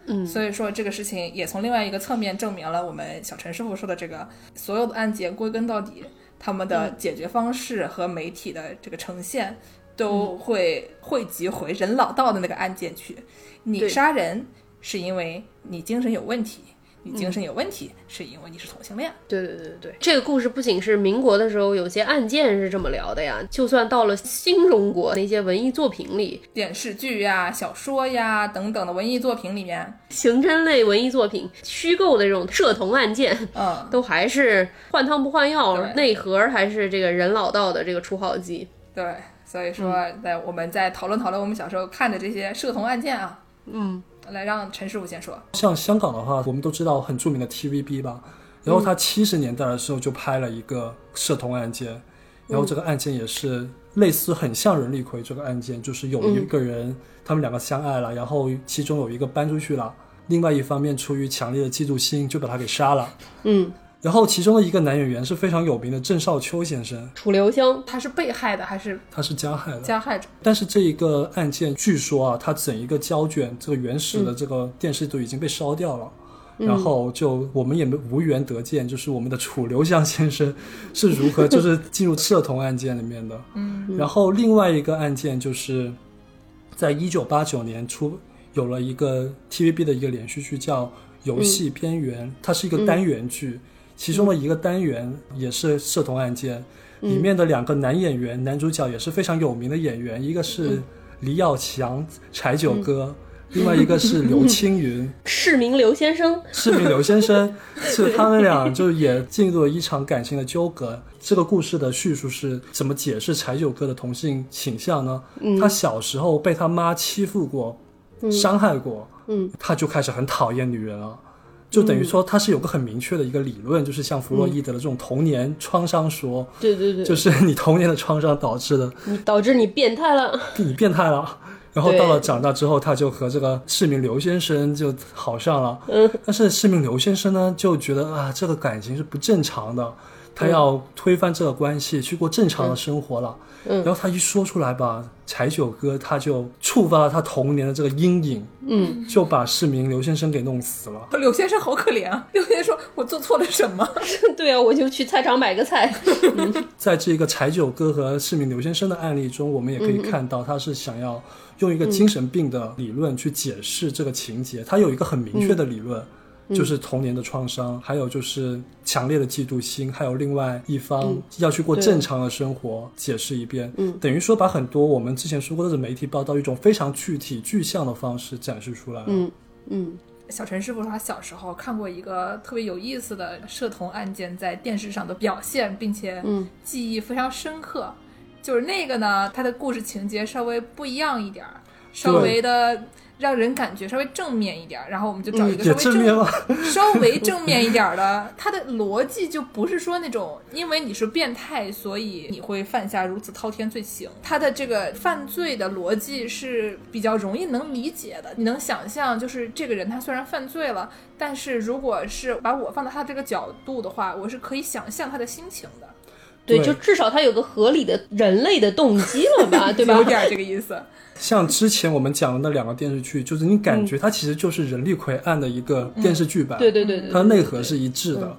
嗯
所以说这个事情也从另外一个侧面证明了我们小陈师傅说的这个所有的案件归根到底，他们的
嗯
解决方式和媒体的这个呈现
嗯
都会汇集回人老道的那个案件去。你
对
杀人是因为你精神有问题，你精神有问题是因为你是同性恋。
对对对对对，这个故事不仅是民国的时候有些案件是这么聊的呀，就算到了新中国那些文艺作品里，
电视剧呀、小说呀等等的文艺作品里面，
刑侦类文艺作品、虚构的这种涉童案件，
嗯，
都还是换汤不换药，
对
内核还是这个人老道的这个出号机。
对，所以说在我们再讨论讨论我们小时候看的这些涉童案件啊，
嗯，
来让陈师傅先说。
像香港的话，我们都知道很著名的 TVB 吧，然后他七十年代的时候就拍了一个涉童案件，然后这个案件也是类似很像任力奎这个案件，就是有一个人、他们两个相爱了，然后其中有一个搬出去了，另外一方面出于强烈的嫉妒心就把他给杀了，
嗯，
然后其中的一个男演员是非常有名的郑少秋先生，
楚留香，
他是被害的还是
他是加害的，
加害者？
但是这一个案件，据说啊，它整一个胶卷，这个原始的这个电视都已经被烧掉了。然后就我们也没无缘得见，就是我们的楚留香先生是如何就是进入涉童案件里面的。嗯，然后另外一个案件就是在一九八九年出有了一个 TVB 的一个连续剧叫《游戏边缘》，它是一个单元剧，其中的一个单元也是涉童案件，里面的两个男演员，男主角也是非常有名的演员，一个是李耀强、柴九哥。另外一个是刘青云，
市民刘先生，
市民刘先生是他们俩就是也进入了一场感情的纠葛。这个故事的叙述是怎么解释柴九哥的同性倾向呢？他小时候被他妈欺负过，伤害过，
嗯，
他就开始很讨厌女人了。就等于说他是有个很明确的一个理论，就是像弗洛伊德的这种童年创伤说，
对对对，
就是你童年的创伤导致的，
导致你变态了。
你变态了。然后到了长大之后，他就和这个市民刘先生就好上了。
嗯，
但是市民刘先生呢，就觉得啊，这个感情是不正常的，他要推翻这个关系，去过正常的生活了。
嗯
然后他一说出来吧，柴九哥他就触发了他童年的这个阴影，
嗯，
就把市民刘先生给弄死了。
刘先生好可怜啊！刘先生说：“我做错了什么
对啊，我就去菜场买个菜。
在这个柴九哥和市民刘先生的案例中，我们也可以
嗯
看到，他是想要用一个精神病的理论去解释这个情节。他有一个很明确的理
嗯
论，就是童年的创伤，还有就是强烈的嫉妒心，还有另外一方要去过正常的生活，解释一遍。
嗯
等于说把很多我们之前说过的媒体报道，一种非常具体具象的方式展示出来。
嗯嗯，？”
小陈师傅说，他小时候看过一个特别有意思的涉童案件在电视上的表现，并且
嗯
记忆非常深刻。就是那个呢，它的故事情节稍微不一样一点儿，稍微的让人感觉稍微正面一点儿。然后我们就找一个稍
嗯也
微
正面了，
稍微正面一点儿的，他的逻辑就不是说那种因为你是变态，所以你会犯下如此滔天罪行。他的这个犯罪的逻辑是比较容易能理解的，你能想象，就是这个人他虽然犯罪了，但是如果是把我放到他这个角度的话，我是可以想象他的心情的，
对，
对
就至少他有个合理的人类的动机了 吧，啊对吧
有？点儿这个意思。
像之前我们讲的那两个电视剧，就是你感觉它其实就是人力葵案的一个电视剧版。
嗯对对对对
它内核是一致
嗯
的。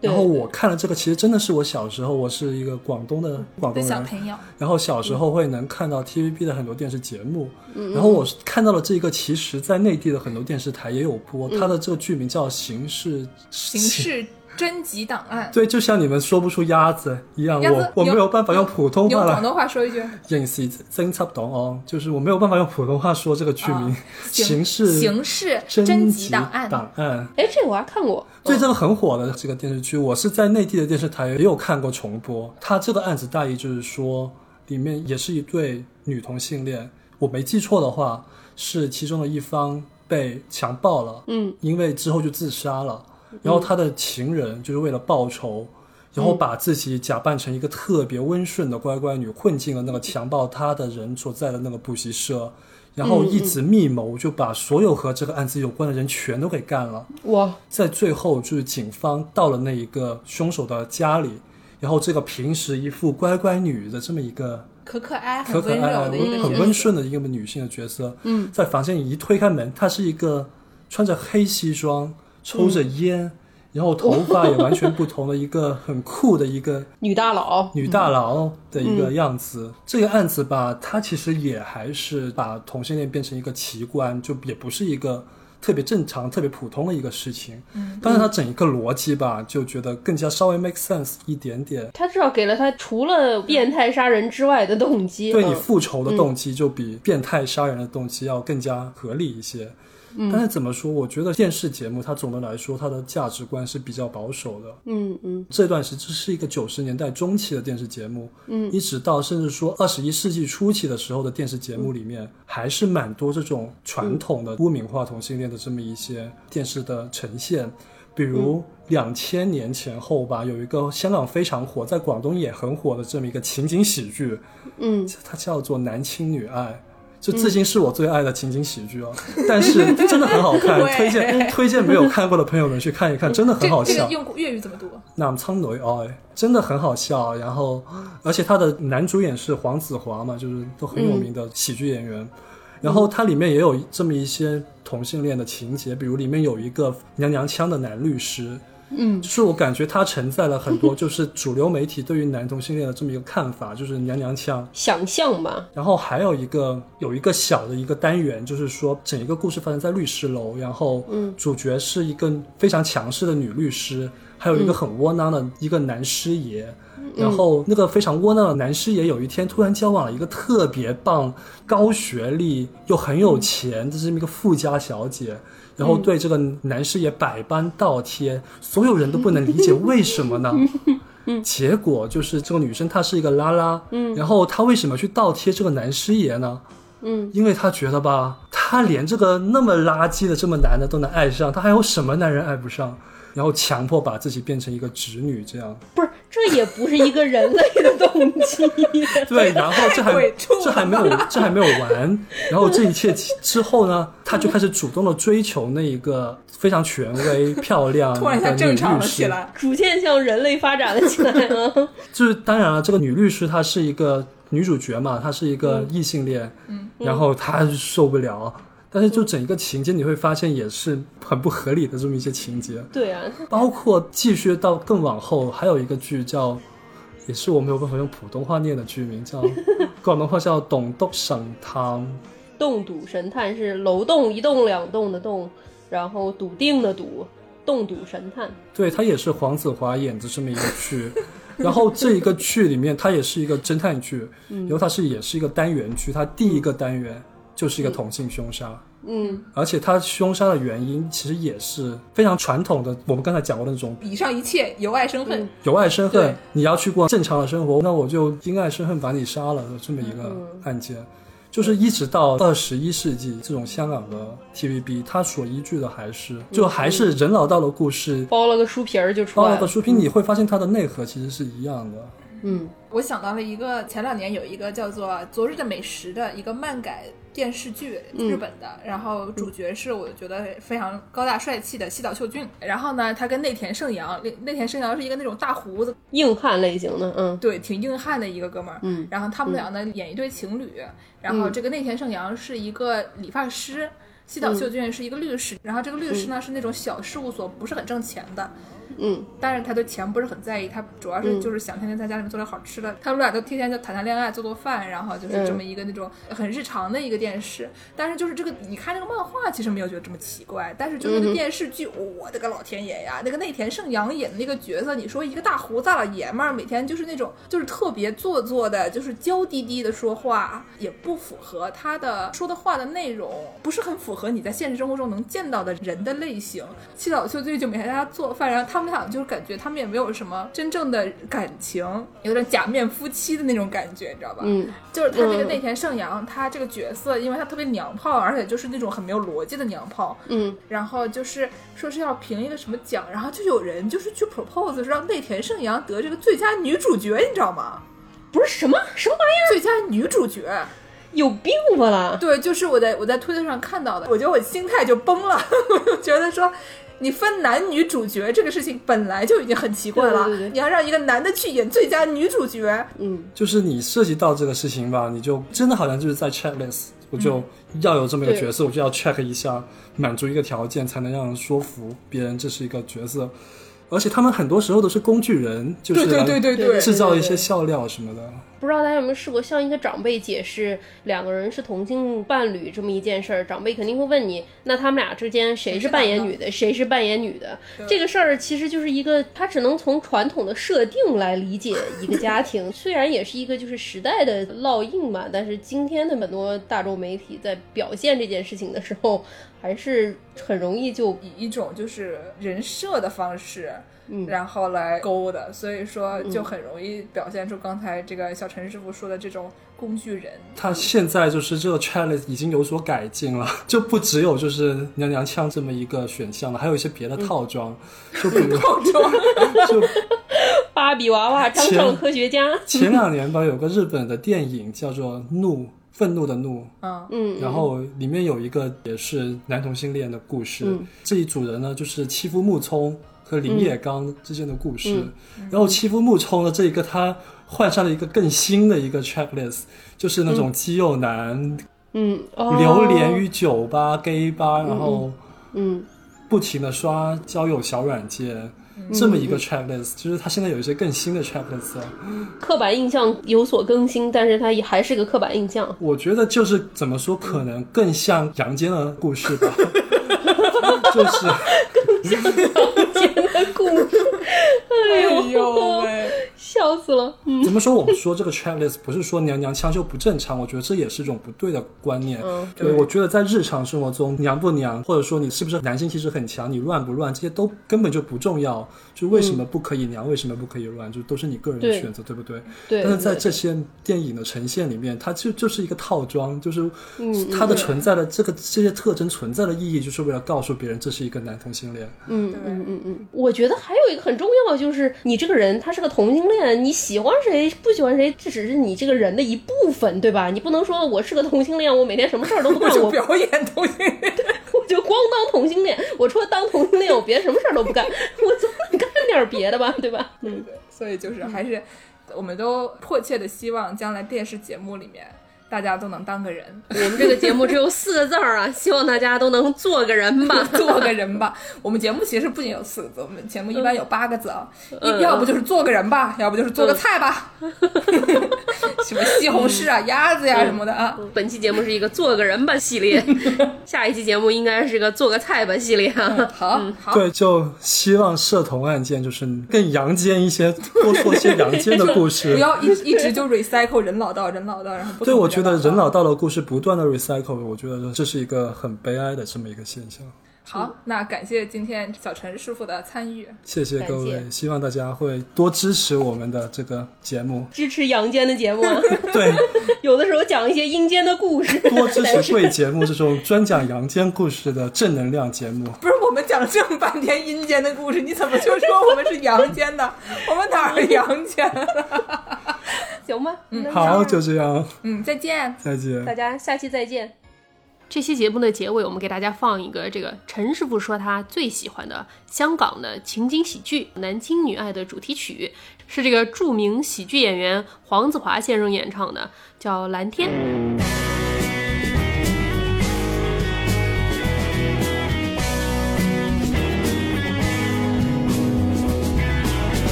对
然后我看了这个，其实真的是我小时候，我是一个广东的广
的嗯
东
小
人，
朋友，
然后小时候会能看到 TVB 的很多电视节目，
嗯
然后我是看到了这个，其实在内地的很多电视台也有播，
嗯
它的这个剧名叫《刑事
刑》事侦缉档案。
对，就像你们说不出鸭子一样，
鸭子
我我
有
没有办法用普通
用
话
广
来。
东话说一句，
认识真差不懂哦，就是我没有办法用普通话说这个剧名，
哦
刑事
刑事
侦
侦缉
缉
档案，
档案
哎，这个我还看过。
对这个很火的这个电视剧，我是在内地的电视台也有看过重播。它这个案子大意就是说，里面也是一对女同性恋，我没记错的话，是其中的一方被强暴了，
嗯，
因为之后就自杀了，然后他的情人就是为了报仇。然后把自己假扮成一个特别温顺的乖乖女，混进了那个强暴她的人所在的那个补习社，然后一直密谋，就把所有和这个案子有关的人全都给干了。
哇，
在最后就是警方到了那一个凶手的家里，然后这个平时一副乖乖女的这么一个
可可爱，
可
很
可
温
爱
柔
爱、
的一个
很
角
温
色
顺的一个女性的角色，
嗯，
在房间里一推开门，她是一个穿着黑西
嗯
装、抽着烟，然后头发也完全不同的一个很酷的一个
女大佬，
女大佬的一个样子。这个案子吧，它其实也还是把同性恋变成一个奇观，就也不是一个特别正常、特别普通的一个事情。嗯，但是它整一个逻辑吧，就觉得更加稍微 make sense 一点点。
他至少给了他除了变态杀人之外的动机。
对
嗯
你复仇的动机就比变态杀人的动机要更加合理一些。但是怎么说？我觉得电视节目它总的来说它的价值观是比较保守的。
嗯嗯
这段时期是一个九十年代中期的电视节目，嗯，一直到甚至说二十一世纪初期的时候的电视节目里面，还是蛮多这种传统的污名化同性恋的这么一些电视的呈现。比如两千年前后吧，有一个香港非常火，在广东也很火的这么一个情景喜剧，
嗯，
它叫做《男亲女爱》，就至今是我最爱的情景喜剧哦。但是真的很好看，推荐推荐没有看过的朋友们去看一看，真的很好
这
笑。嗯
这个用粤语怎么读？
南仓女爱哦真的很好笑，然后而且他的男主演是黄子华嘛，就是都很有名的喜剧演员。然后它里面也有这么一些同性恋的情节，比如里面有一个娘娘腔的男律师，嗯，就是我感觉它承载了很多，就是主流媒体对于男同性恋的这么一个看法，就是娘娘腔。
想象吧，
然后还有一个有一个小的一个单元，就是说整一个故事发生在律师楼，然后主角是一个非常强势的女律师，还有一个很窝囊的一个男师爷。然后那个非常窝囊的男师爷有一天突然交往了一个特别棒、高学历又很有钱的这么一个富家小姐，然后对这个男师爷百般倒贴，所有人都不能理解为什么呢？结果就是这个女生她是一个拉拉，嗯，然后她为什么去倒贴这个男师爷呢？嗯，因为她觉得吧，她连这个那么垃圾的这么男的都能爱上，她还有什么男人爱不上？然后强迫把自己变成一个直女，这样
不是，这也不是一个人类的动机。
对，然后 这还这还没有这还没有完，然后这一切其之后呢，她就开始主动的追求那一个非常权 威、漂亮
突然一
的
下
女
正常
呃律
了起
师。
来，
逐渐向人类发展了起来 了。
就是当然了，这个女律师她是一个女主角嘛，她是一个异性恋，然后她受不了。但是就整一个情节，你会发现也是很不合理的这么一些情节，
对啊，
包括继续到更往后，还有一个剧叫，也是我没有办法用普通话念的剧名，叫广东话叫《董督省堂》。
洞笃神探是楼栋一栋两栋的栋，然后笃定的笃，洞笃神探。
对他也是黄子华演的这么一个剧，然后这一个剧里面，它也是一个侦探剧，然后它是也是一个单元剧，它第一个单元就是一个同性凶杀，
嗯，
而且它凶杀的原因其实也是非常传统的，我们刚才讲过的那种
以上一切由爱
嗯
生恨，
有爱生
对
恨，你要去过正常的生活，那我就因爱生恨把你杀了的这么一个案件，就是一直到二十一世纪，这种香港的 TVB，它所依据的还是就还是人老道的故事。
包了个书皮儿就出
包
来
了
了
个。书评，你会发现它的内核其实是一样的。
嗯
我想到了一个，前两年有一个叫做《昨日的美食》的一个漫改电视剧，
嗯
日本的，然后主角是我觉得非常高大帅气的西岛秀俊，然后呢，他跟内田圣阳，内内田圣阳是一个那种大胡子，
硬汉类型的，嗯
对，挺硬汉的一个哥们儿，
嗯
然后他们俩呢演一对情侣，然后
嗯
这个内田圣阳是一个理发师。西岛秀俊是一个律师，然后这个律师呢是那种小事务所，不是很挣钱的，
嗯，
但是他对钱不是很在意，他主要是
嗯
就是想天天在家里面做点好吃的。他们俩就天天就谈谈恋爱、做做饭，然后就是这么一个那种很日常的一个电视。但是就是这个，你看这个漫画其实没有觉得这么奇怪，但是就是那个电视剧，我的个老天爷呀！那个内田圣阳演的那个角色，你说一个大胡子老爷们儿，每天就是那种就是特别做作的，就是娇滴滴的说话，也不符合他的说的话的内容，不是很符合你在现实生活中能见到的人的类型。七岛秀最就每天在家做饭，然后他们俩就是感觉他们也没有什么真正的感情，有点假面夫妻的那种感觉，你知道吧？
嗯，
就是他这个
嗯
内田圣阳，他这个角色，因为他特别娘炮，而且就是那种很没有逻辑的娘炮，
嗯，
然后就是说是要评一个什么奖，然后就有人就是去 propose 让内田圣阳得这个最佳女主角，你知道吗？
不是什么什么玩意
最佳女主角，
儿，有病吧啦？
对，就是我在我在推特上看到的，我觉得我心态就崩了， 我就觉得说。你分男女主角这个事情本来就已经很奇怪了，
对对对对
你还让一个男的去演最佳女主角，
嗯，
就是你涉及到这个事情吧，你就真的好像就是在 checklist，我就
嗯
要有这么一个角色，我就要 check 一下，满足一个条件才能让人说服别人这是一个角色。而且他们很多时候都是工具人，就是
对对对对
来制造
对
一
对
些笑料什么的。
不知道大家有没有试过向一个长辈解释两个人是同性伴侣这么一件事儿，长辈肯定会问你，那他们俩之间谁是扮演女的，谁是扮演女的？这个事儿其实就是一个，他只能从传统的设定来理解一个家庭，虽然也是一个就是时代的烙印嘛，但是今天的很多大众媒体在表现这件事情的时候，还是很容易就
以一种就是人设的方式，
嗯
然后来勾的，所以说就很容易表现出刚才这个小陈师傅说的这种工具人。
他现在就是这个 checklist 已经有所改进了，就不只有就是娘娘腔这么一个选项了，还有一些别的套装，就比如
嗯套装
就
芭比娃娃当上了科学家。
前两年吧，有个日本的电影叫做《怒》，愤怒的怒，
嗯，
嗯，
然后里面有一个也是男同性恋的故事，这一组人呢就是欺负木聪和林野刚之间的故事，然后欺负木聪的这一个他换上了一个更新的一个 checklist，就是那种肌肉男、
嗯，哦
流连于酒吧、gay 吧，然后
嗯
不停的刷交友小软件，这么一个 tracklist，就是它现在有一些更新的 tracklist 啊。
刻板印象有所更新，但是它也还是个刻板印象。
我觉得就是怎么说，可能更像阳间的故事吧， 就是
间的故事，
哎呦喂，
笑死了。嗯
怎么说？我们说这个 tracklist 不是说娘娘腔就不正常，我觉得这也是一种不对的观念。
嗯
对，我觉得在日常生活中，娘不娘，或者说你是不是男性气质很强，你乱不乱，这些都根本就不重要。就为什么不可以娘，为什么不可以乱，就都是你个人
嗯
的
对
选择，对不对？
对，
但是在
对
这些电影的呈现里面，它就就是一个套装，就是
嗯
它的存在的这个这些特征存在的意义，就是为了告诉别人这是一个男同性恋。
嗯嗯嗯嗯，我觉得还有一个很重要的就是，你这个人他是个同性恋，你喜欢谁不喜欢谁，这只是你这个人的一部分，对吧？你不能说我是个同性恋，我每天什么事儿都不 干，我
就表演东西，
我就光当同性恋，我除了当同性恋，我别的什么事儿都不干， 我总得干点别的吧，对吧？嗯，
所以就是还是我们都迫切的希望将来电视节目里面大家都能当个人，
我们这个节目只有四个字儿啊， 希望大家都能做个人吧。
做个人吧。我们节目其实不仅有四个字，我们节目一般有八个字啊，一要不就是做个人吧，要不就是做个菜吧， 什么西红柿啊、鸭子呀、什么的
嗯
啊。
本期节目是一个做个人吧系 列，下一期节目应该是个做个菜吧系列啊。
好好，
对，就希望社童案件就是更阳间一些，多说一些阳间的故
不
事。
要一一直就 recycle 人老道，人老道，然后不
对，
同
我觉得人
道
老道的故事不断的 recycle，我觉得这是一个很悲哀的这么一个现象。
好。那感谢今天小陈师傅的参与，
谢谢各
感，
位，希望大家会多支持我们的这个节目
支持阳间的节目，
啊
对，
有的时候讲一些阴间的故事，
多支 持贵节目这种专讲阳间故事的正能量节目。
不是我们讲了这么半天阴间的故事，你怎么就说我们是阳间的？我们哪儿阳间啊了？
行吧？嗯，
好，就这样，
嗯，再见。
再见。
大家下期再见。
这期节目的结尾，我们给大家放一个这个陈师傅说他最喜欢的香港的情景喜剧《南京女爱》的主题曲，是这个著名喜剧演员黄子华先生演唱的，叫《蓝天》。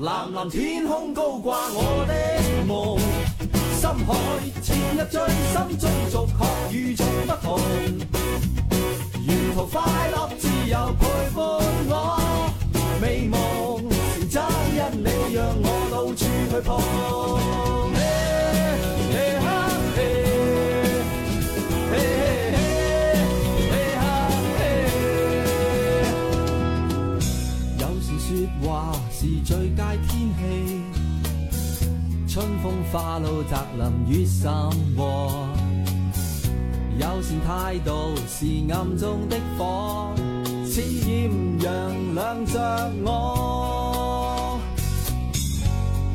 蓝蓝天空高掛我的夢，深海潛入最深追逐，學與眾不同。沿途快樂自由陪伴我，美夢成真因你讓我到處去碰。嘿嘿哈嘿嘿嘿嘿嘿哈嘿有時說話是最佳天氣，春風化露摘林雨心和。友善態度是暗中的火，似豔陽亮着我。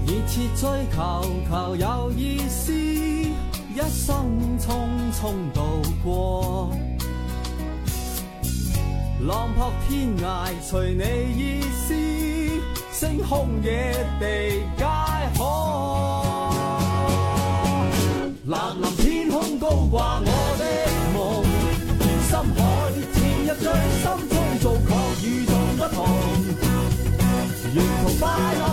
熱切追求求有意思，一生匆匆度過。浪撲天涯，隨你意思，星空野地皆可。藍藍天空高掛我的夢，深海潛入最深，追逐確與眾不同。沿途快樂